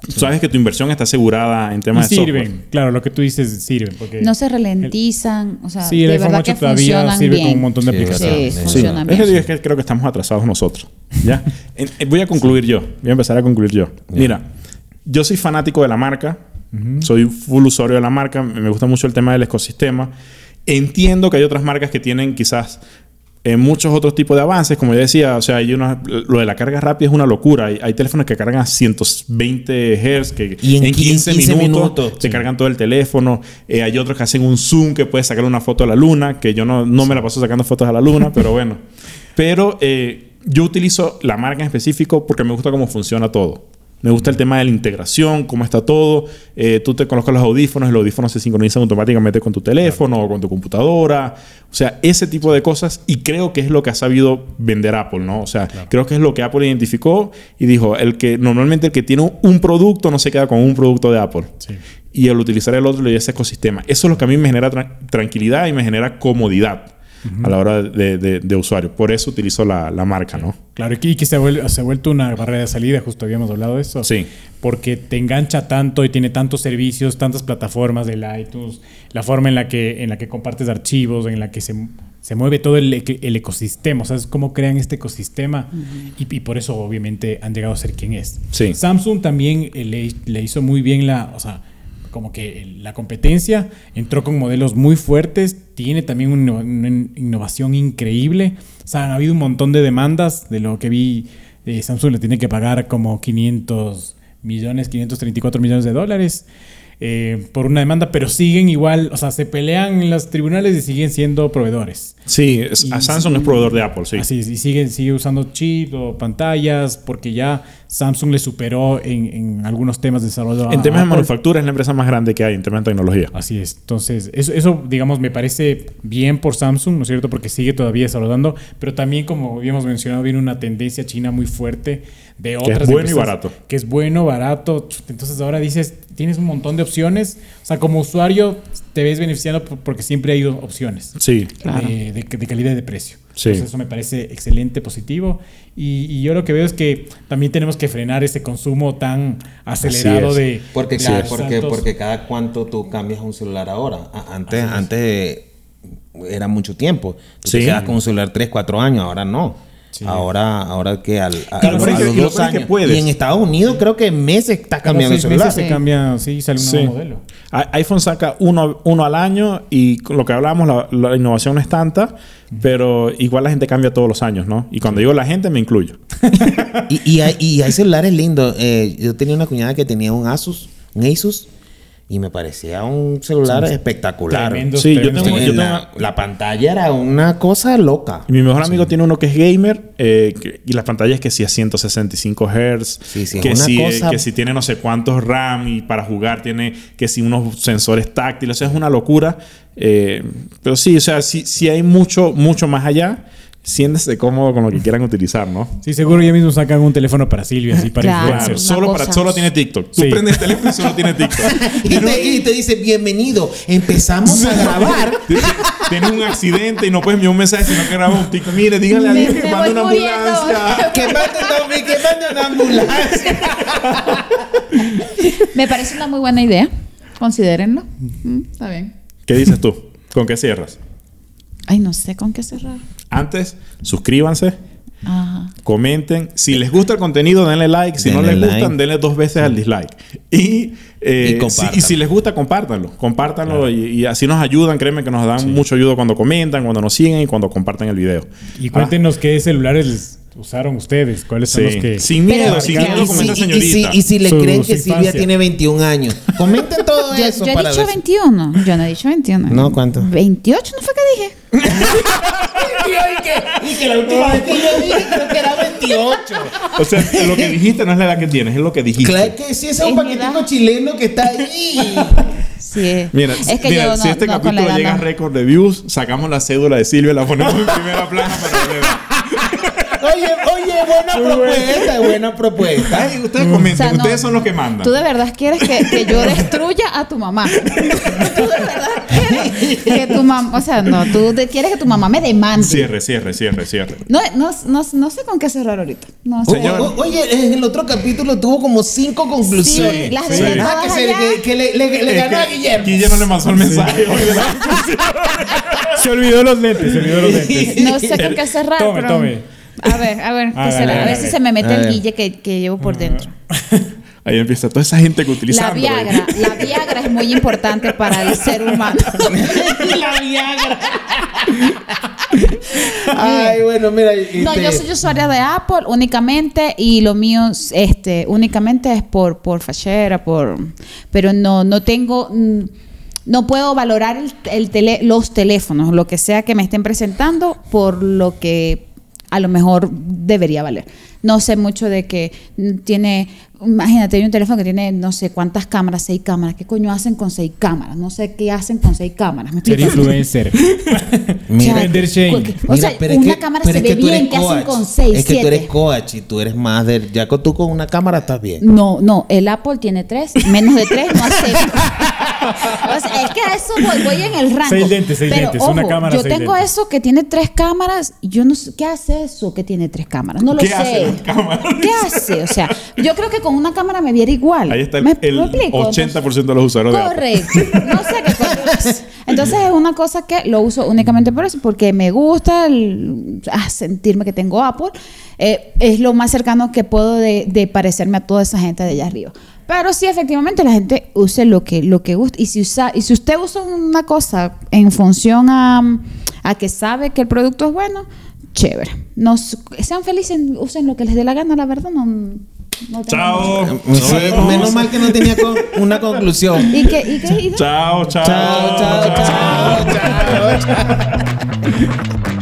Speaker 5: sabes que tu inversión está asegurada en
Speaker 1: Y
Speaker 5: temas de
Speaker 1: sirven,
Speaker 5: software.
Speaker 1: claro, lo que tú dices sirven. Porque
Speaker 3: No se ralentizan. O sea,
Speaker 1: sí, el
Speaker 3: de
Speaker 1: iPhone
Speaker 3: verdad
Speaker 1: 8
Speaker 3: que
Speaker 1: todavía
Speaker 3: funcionan
Speaker 1: sirve
Speaker 3: bien.
Speaker 1: con un montón de
Speaker 4: Sí,
Speaker 1: aplicaciones.
Speaker 3: Sí,
Speaker 4: Sí.
Speaker 3: funcionan
Speaker 5: Es que,
Speaker 3: bien.
Speaker 5: digo, es que creo que estamos atrasados nosotros. ¿Ya? En- en- voy a concluir yo. Voy a empezar a concluir yo. Mira, yo soy fanático de la marca. Soy full usuario de la marca. Me me gusta mucho el tema del ecosistema. Entiendo que hay otras marcas que tienen quizás eh, muchos otros tipos de avances. Como yo decía, o sea, hay unos- lo de la carga rápida es una locura. Hay, hay teléfonos que cargan a 120 Hz, que
Speaker 4: Y en
Speaker 5: en 15,
Speaker 4: 15
Speaker 5: minutos,
Speaker 4: minutos,
Speaker 5: te cargan todo el teléfono. Eh, hay otros que hacen un zoom que puedes sacar una foto a la luna, que yo no, no me la paso sacando fotos a la luna, pero bueno. Pero eh, yo utilizo la marca en específico porque me gusta cómo funciona todo. Me gusta el tema de la integración, cómo está todo. Eh, tú te colocas los audífonos y los audífonos se sincronizan automáticamente con tu teléfono o con tu computadora. O sea, ese tipo de cosas. Y creo que es lo que ha sabido vender Apple, ¿no? O sea, creo que es lo que Apple identificó y dijo, el que normalmente el que tiene un producto no se queda con un producto de Apple y al utilizar el otro le da ese ecosistema. Eso es lo que a mí me genera tra- tranquilidad y me genera comodidad a la hora de, de- de usuario. Por eso utilizo la, la marca, ¿no?
Speaker 1: Claro, y que- y que se, vuel- se ha vuelto una barrera de salida, justo habíamos hablado de eso.
Speaker 5: Sí.
Speaker 1: Porque te engancha tanto y tiene tantos servicios, tantas plataformas del iTunes, la forma en la que, en la que compartes archivos, en la que se, se mueve todo el, eque- el ecosistema. O sea, es cómo crean este ecosistema y, y por eso obviamente han llegado a ser quien es.
Speaker 5: Sí.
Speaker 1: Samsung también eh, le, le hizo muy bien la... O sea, como que el- la competencia entró con modelos muy fuertes, tiene también una, una in- innovación increíble. O sea, ha habido un montón de demandas de lo que vi. eh, Samsung le tiene que pagar como 500 millones, 534 millones de dólares eh, por una demanda, pero siguen igual, o sea, se pelean en los tribunales y siguen siendo proveedores.
Speaker 5: Sí, es- a
Speaker 1: Y-
Speaker 5: Samsung es proveedor de Apple, sí.
Speaker 1: Así es, y sigue, sigue usando chip o pantallas porque ya Samsung le superó en, en algunos temas de desarrollo. a
Speaker 5: En temas de
Speaker 1: Apple.
Speaker 5: manufactura es la empresa más grande que hay en temas de tecnología.
Speaker 1: Así es. Entonces, eso, eso, digamos, me parece bien por Samsung, ¿no es cierto? Porque sigue todavía desarrollando, pero también, como habíamos mencionado, viene una tendencia china muy fuerte de otras.
Speaker 5: bueno y barato.
Speaker 1: Que es bueno, barato. Entonces, ahora dices, tienes un montón de opciones. O sea, como usuario, te ves beneficiado por- porque siempre hay opciones
Speaker 5: Sí,
Speaker 1: de, de- de calidad y de precio.
Speaker 5: Sí.
Speaker 1: Entonces, eso me parece excelente, positivo. Y, y yo lo que veo es que también tenemos que frenar ese consumo tan acelerado
Speaker 5: es.
Speaker 1: de.
Speaker 4: Porque,
Speaker 1: de
Speaker 4: cada,
Speaker 1: los
Speaker 4: porque,
Speaker 1: saltos.
Speaker 4: porque cada cuánto tú cambias un celular ahora. A- Antes, antes eh, era mucho tiempo. Tú
Speaker 5: Sí.
Speaker 4: te quedabas con un celular 3, 4 años, ahora no. Ahora, ahora que al, a,
Speaker 5: Y lo
Speaker 4: a los-
Speaker 5: peor es
Speaker 4: a
Speaker 5: que-
Speaker 4: los
Speaker 5: y lo
Speaker 4: dos
Speaker 5: peor es que
Speaker 4: años.
Speaker 5: puedes.
Speaker 4: Y en Estados Unidos creo que en meses estás
Speaker 1: Cada
Speaker 4: cambiando el
Speaker 1: seis
Speaker 4: celular.
Speaker 1: meses se cambia, sí, sale un
Speaker 5: sí.
Speaker 1: nuevo modelo.
Speaker 5: A- iPhone saca uno, uno al año y con lo que hablábamos, la, la innovación no es tanta, pero igual la gente cambia todos los años, ¿no? Y cuando digo la gente, me incluyo.
Speaker 4: Y, y hay, y hay celulares lindos. Eh, yo tenía una cuñada que tenía un Asus, un Asus, y me parecía un celular espectacular.
Speaker 1: Tremendos,
Speaker 5: Sí, yo
Speaker 1: tremendos
Speaker 5: tengo-
Speaker 4: Eh,
Speaker 1: teléfonos.
Speaker 4: la, la pantalla era una cosa loca.
Speaker 5: Y Mi mejor amigo tiene uno que es gamer eh, que- y las pantallas que sí a 165 Hz,
Speaker 4: Sí, sí,
Speaker 5: que,
Speaker 4: una
Speaker 5: si, eh,
Speaker 4: cosa-
Speaker 5: que si tiene no sé cuántos RAM y para jugar tiene que si unos sensores táctiles, o sea, es una locura. Eh, pero sí, o sea, sí, sí hay mucho, mucho más allá. Siéntese cómodo con lo que quieran utilizar, ¿no?
Speaker 1: Sí, seguro ya mismo sacan un teléfono para Silvia, así para
Speaker 4: Ah,
Speaker 3: Claro.
Speaker 5: Claro,
Speaker 1: influencers.
Speaker 5: solo,
Speaker 3: una
Speaker 5: para,
Speaker 3: cosa-
Speaker 5: solo tiene TikTok. Tú
Speaker 1: Sí.
Speaker 5: prendes el teléfono y solo tiene TikTok.
Speaker 4: Y te, y te dice, bienvenido, empezamos a grabar.
Speaker 5: Tiene- Tiene un accidente y no puedes enviar un mensaje, sino que graba un TikTok. Mire, dígale a
Speaker 3: Me-
Speaker 5: alguien que
Speaker 3: me
Speaker 5: mande
Speaker 3: voy
Speaker 5: una
Speaker 3: muriendo.
Speaker 5: ambulancia.
Speaker 11: Que mande, Tommy, que mande una ambulancia.
Speaker 3: Me parece una muy buena idea. Considérenlo. Mm, Está bien.
Speaker 5: ¿Qué dices tú? ¿Con qué cierras?
Speaker 3: Ay, no sé con qué cerrar.
Speaker 5: Antes, suscríbanse,
Speaker 3: Ajá.
Speaker 5: comenten. Si les gusta el contenido, denle like. Si no
Speaker 4: Denle
Speaker 5: les gustan,
Speaker 4: like.
Speaker 5: denle dos veces al dislike. Y, eh,
Speaker 4: Y compartan.
Speaker 5: si, y si les gusta, compártanlo. Compártanlo y, y así nos ayudan. Créeme que nos dan mucho ayuda cuando comentan, cuando nos siguen y cuando comparten el video. Ah,
Speaker 1: Y cuéntenos qué celulares les usaron ustedes, cuáles
Speaker 5: Sí.
Speaker 1: son los que...
Speaker 5: Sin
Speaker 3: Pero-
Speaker 5: miedo, sin
Speaker 1: Claro,
Speaker 5: miedo,
Speaker 4: Y si,
Speaker 5: comenta
Speaker 4: y- y si-
Speaker 5: señorita.
Speaker 4: y si le
Speaker 1: Su-
Speaker 4: creen
Speaker 1: su
Speaker 4: que Silvia
Speaker 1: infancia.
Speaker 4: tiene 21 años. Comenta todo
Speaker 3: Yo,
Speaker 4: eso
Speaker 3: yo he
Speaker 4: para
Speaker 3: dicho
Speaker 4: ver si-
Speaker 3: 21. Yo no he dicho 21.
Speaker 4: No, ¿cuánto?
Speaker 3: 28 no fue que dije.
Speaker 4: Y que la última vez que yo dije creo que era 28.
Speaker 5: O sea, lo que dijiste no es la edad que tienes, es lo que dijiste.
Speaker 4: Claro
Speaker 11: Que si ese es un
Speaker 3: Es
Speaker 11: paquetico
Speaker 3: verdad.
Speaker 11: chileno que está ahí.
Speaker 3: Sí. eh.
Speaker 5: Mira,
Speaker 3: es que
Speaker 5: mira,
Speaker 3: yo no,
Speaker 5: si este
Speaker 3: no, con la
Speaker 5: capítulo
Speaker 3: edad
Speaker 5: llega a
Speaker 3: no.
Speaker 5: récord de views, sacamos la cédula de Silvia y la ponemos en primera plana para que vean.
Speaker 11: Oye, oye, buena propuesta, buena propuesta.
Speaker 5: Ay, ustedes
Speaker 1: Mm.
Speaker 5: comenten,
Speaker 3: O sea, no.
Speaker 5: ustedes son los que mandan.
Speaker 3: Tú de verdad quieres que, que yo destruya a tu mamá. tú de verdad quieres que tu mamá, o sea, no, tú de- quieres que tu mamá me demande.
Speaker 5: Cierre, cierre, cierre, cierre.
Speaker 3: No, no, no, no sé con qué cerrar ahorita. No sé.
Speaker 5: Señor.
Speaker 11: O- o- oye, en el otro capítulo tuvo como cinco conclusiones.
Speaker 3: Sí, las
Speaker 5: Sí.
Speaker 3: dejé
Speaker 11: Ah, que,
Speaker 3: todas
Speaker 11: se-
Speaker 3: allá.
Speaker 11: que- que le, le- le
Speaker 5: Es
Speaker 11: ganó a
Speaker 5: que
Speaker 11: Guillermo.
Speaker 5: Guillermo le mandó el mensaje.
Speaker 1: Se olvidó los lentes, se olvidó los lentes.
Speaker 3: No sé con qué cerrar.
Speaker 1: Tome,
Speaker 3: pero-
Speaker 1: tome.
Speaker 3: A ver, a ver, ¿qué
Speaker 1: Hágale,
Speaker 3: será? A ver
Speaker 1: hágale.
Speaker 3: si se me mete
Speaker 4: A ver.
Speaker 3: el guille que, que llevo por dentro.
Speaker 5: Ahí empieza toda esa gente que utiliza
Speaker 3: La
Speaker 5: Android.
Speaker 3: Viagra, la Viagra es muy importante para el ser humano.
Speaker 11: La Viagra. Ay, bueno, mira.
Speaker 3: No,
Speaker 11: este,
Speaker 3: yo soy usuaria de Apple únicamente y lo mío es, este únicamente es por por fachera, por pero no no tengo mm, no puedo valorar el, el tele- los teléfonos, lo que sea que me estén presentando por lo que a lo mejor debería valer. No sé mucho de que mm, tiene, imagínate, hay un teléfono que tiene no sé cuántas cámaras, seis cámaras. ¿Qué coño hacen con seis cámaras? No sé qué hacen con seis cámaras. ¿me
Speaker 1: Ser
Speaker 3: explico?
Speaker 1: influencer.
Speaker 3: sea,
Speaker 4: Mira,
Speaker 1: Vender Shane.
Speaker 3: cu- O sea,
Speaker 4: pero es
Speaker 3: una
Speaker 4: que-
Speaker 3: cámara se
Speaker 4: pero es
Speaker 3: ve
Speaker 4: que tú eres
Speaker 3: bien, ¿qué hacen
Speaker 4: coach.
Speaker 3: con seis,
Speaker 4: Es que tú
Speaker 3: siete?
Speaker 4: eres coach y tú eres más del. Ya con- tú con una cámara estás bien.
Speaker 3: No, no, el Apple tiene tres, menos de tres no acepto. o sea, es que a eso voy, voy en el rango.
Speaker 1: Seis lentes, seis lentes, una cámara,
Speaker 3: Yo
Speaker 1: seis
Speaker 3: tengo
Speaker 1: lentes.
Speaker 3: eso que tiene tres cámaras, yo no sé, ¿qué hace eso que tiene tres cámaras? No lo
Speaker 5: ¿Qué
Speaker 3: sé.
Speaker 5: hace las cámaras?
Speaker 3: ¿Qué hace? O sea, yo creo que con una cámara me viera igual.
Speaker 5: Ahí está el,
Speaker 3: ¿Me-
Speaker 5: el
Speaker 3: me explico?
Speaker 5: 80% de los usuarios de Apple.
Speaker 3: Correcto. No sé qué coño es. Entonces es una cosa que lo uso únicamente por eso, porque me gusta el- ah, sentirme que tengo Apple. Eh, es lo más cercano que puedo de, de parecerme a toda esa gente de allá arriba. Pero sí, efectivamente, la gente use lo que, lo que gusta. Y si, usa, y si usted usa una cosa en función a, a que sabe que el producto es bueno, chévere. Nos, sean felices, usen lo que les dé la gana, la verdad. No, no tengo mucho.
Speaker 5: Chao. Nos
Speaker 4: Sí,
Speaker 5: vemos.
Speaker 4: menos mal que no tenía con- una conclusión.
Speaker 3: ¿Y qué? ¿Y qué? ¿Y qué?
Speaker 5: Chao, chao.
Speaker 4: chao, chao, chao. chao.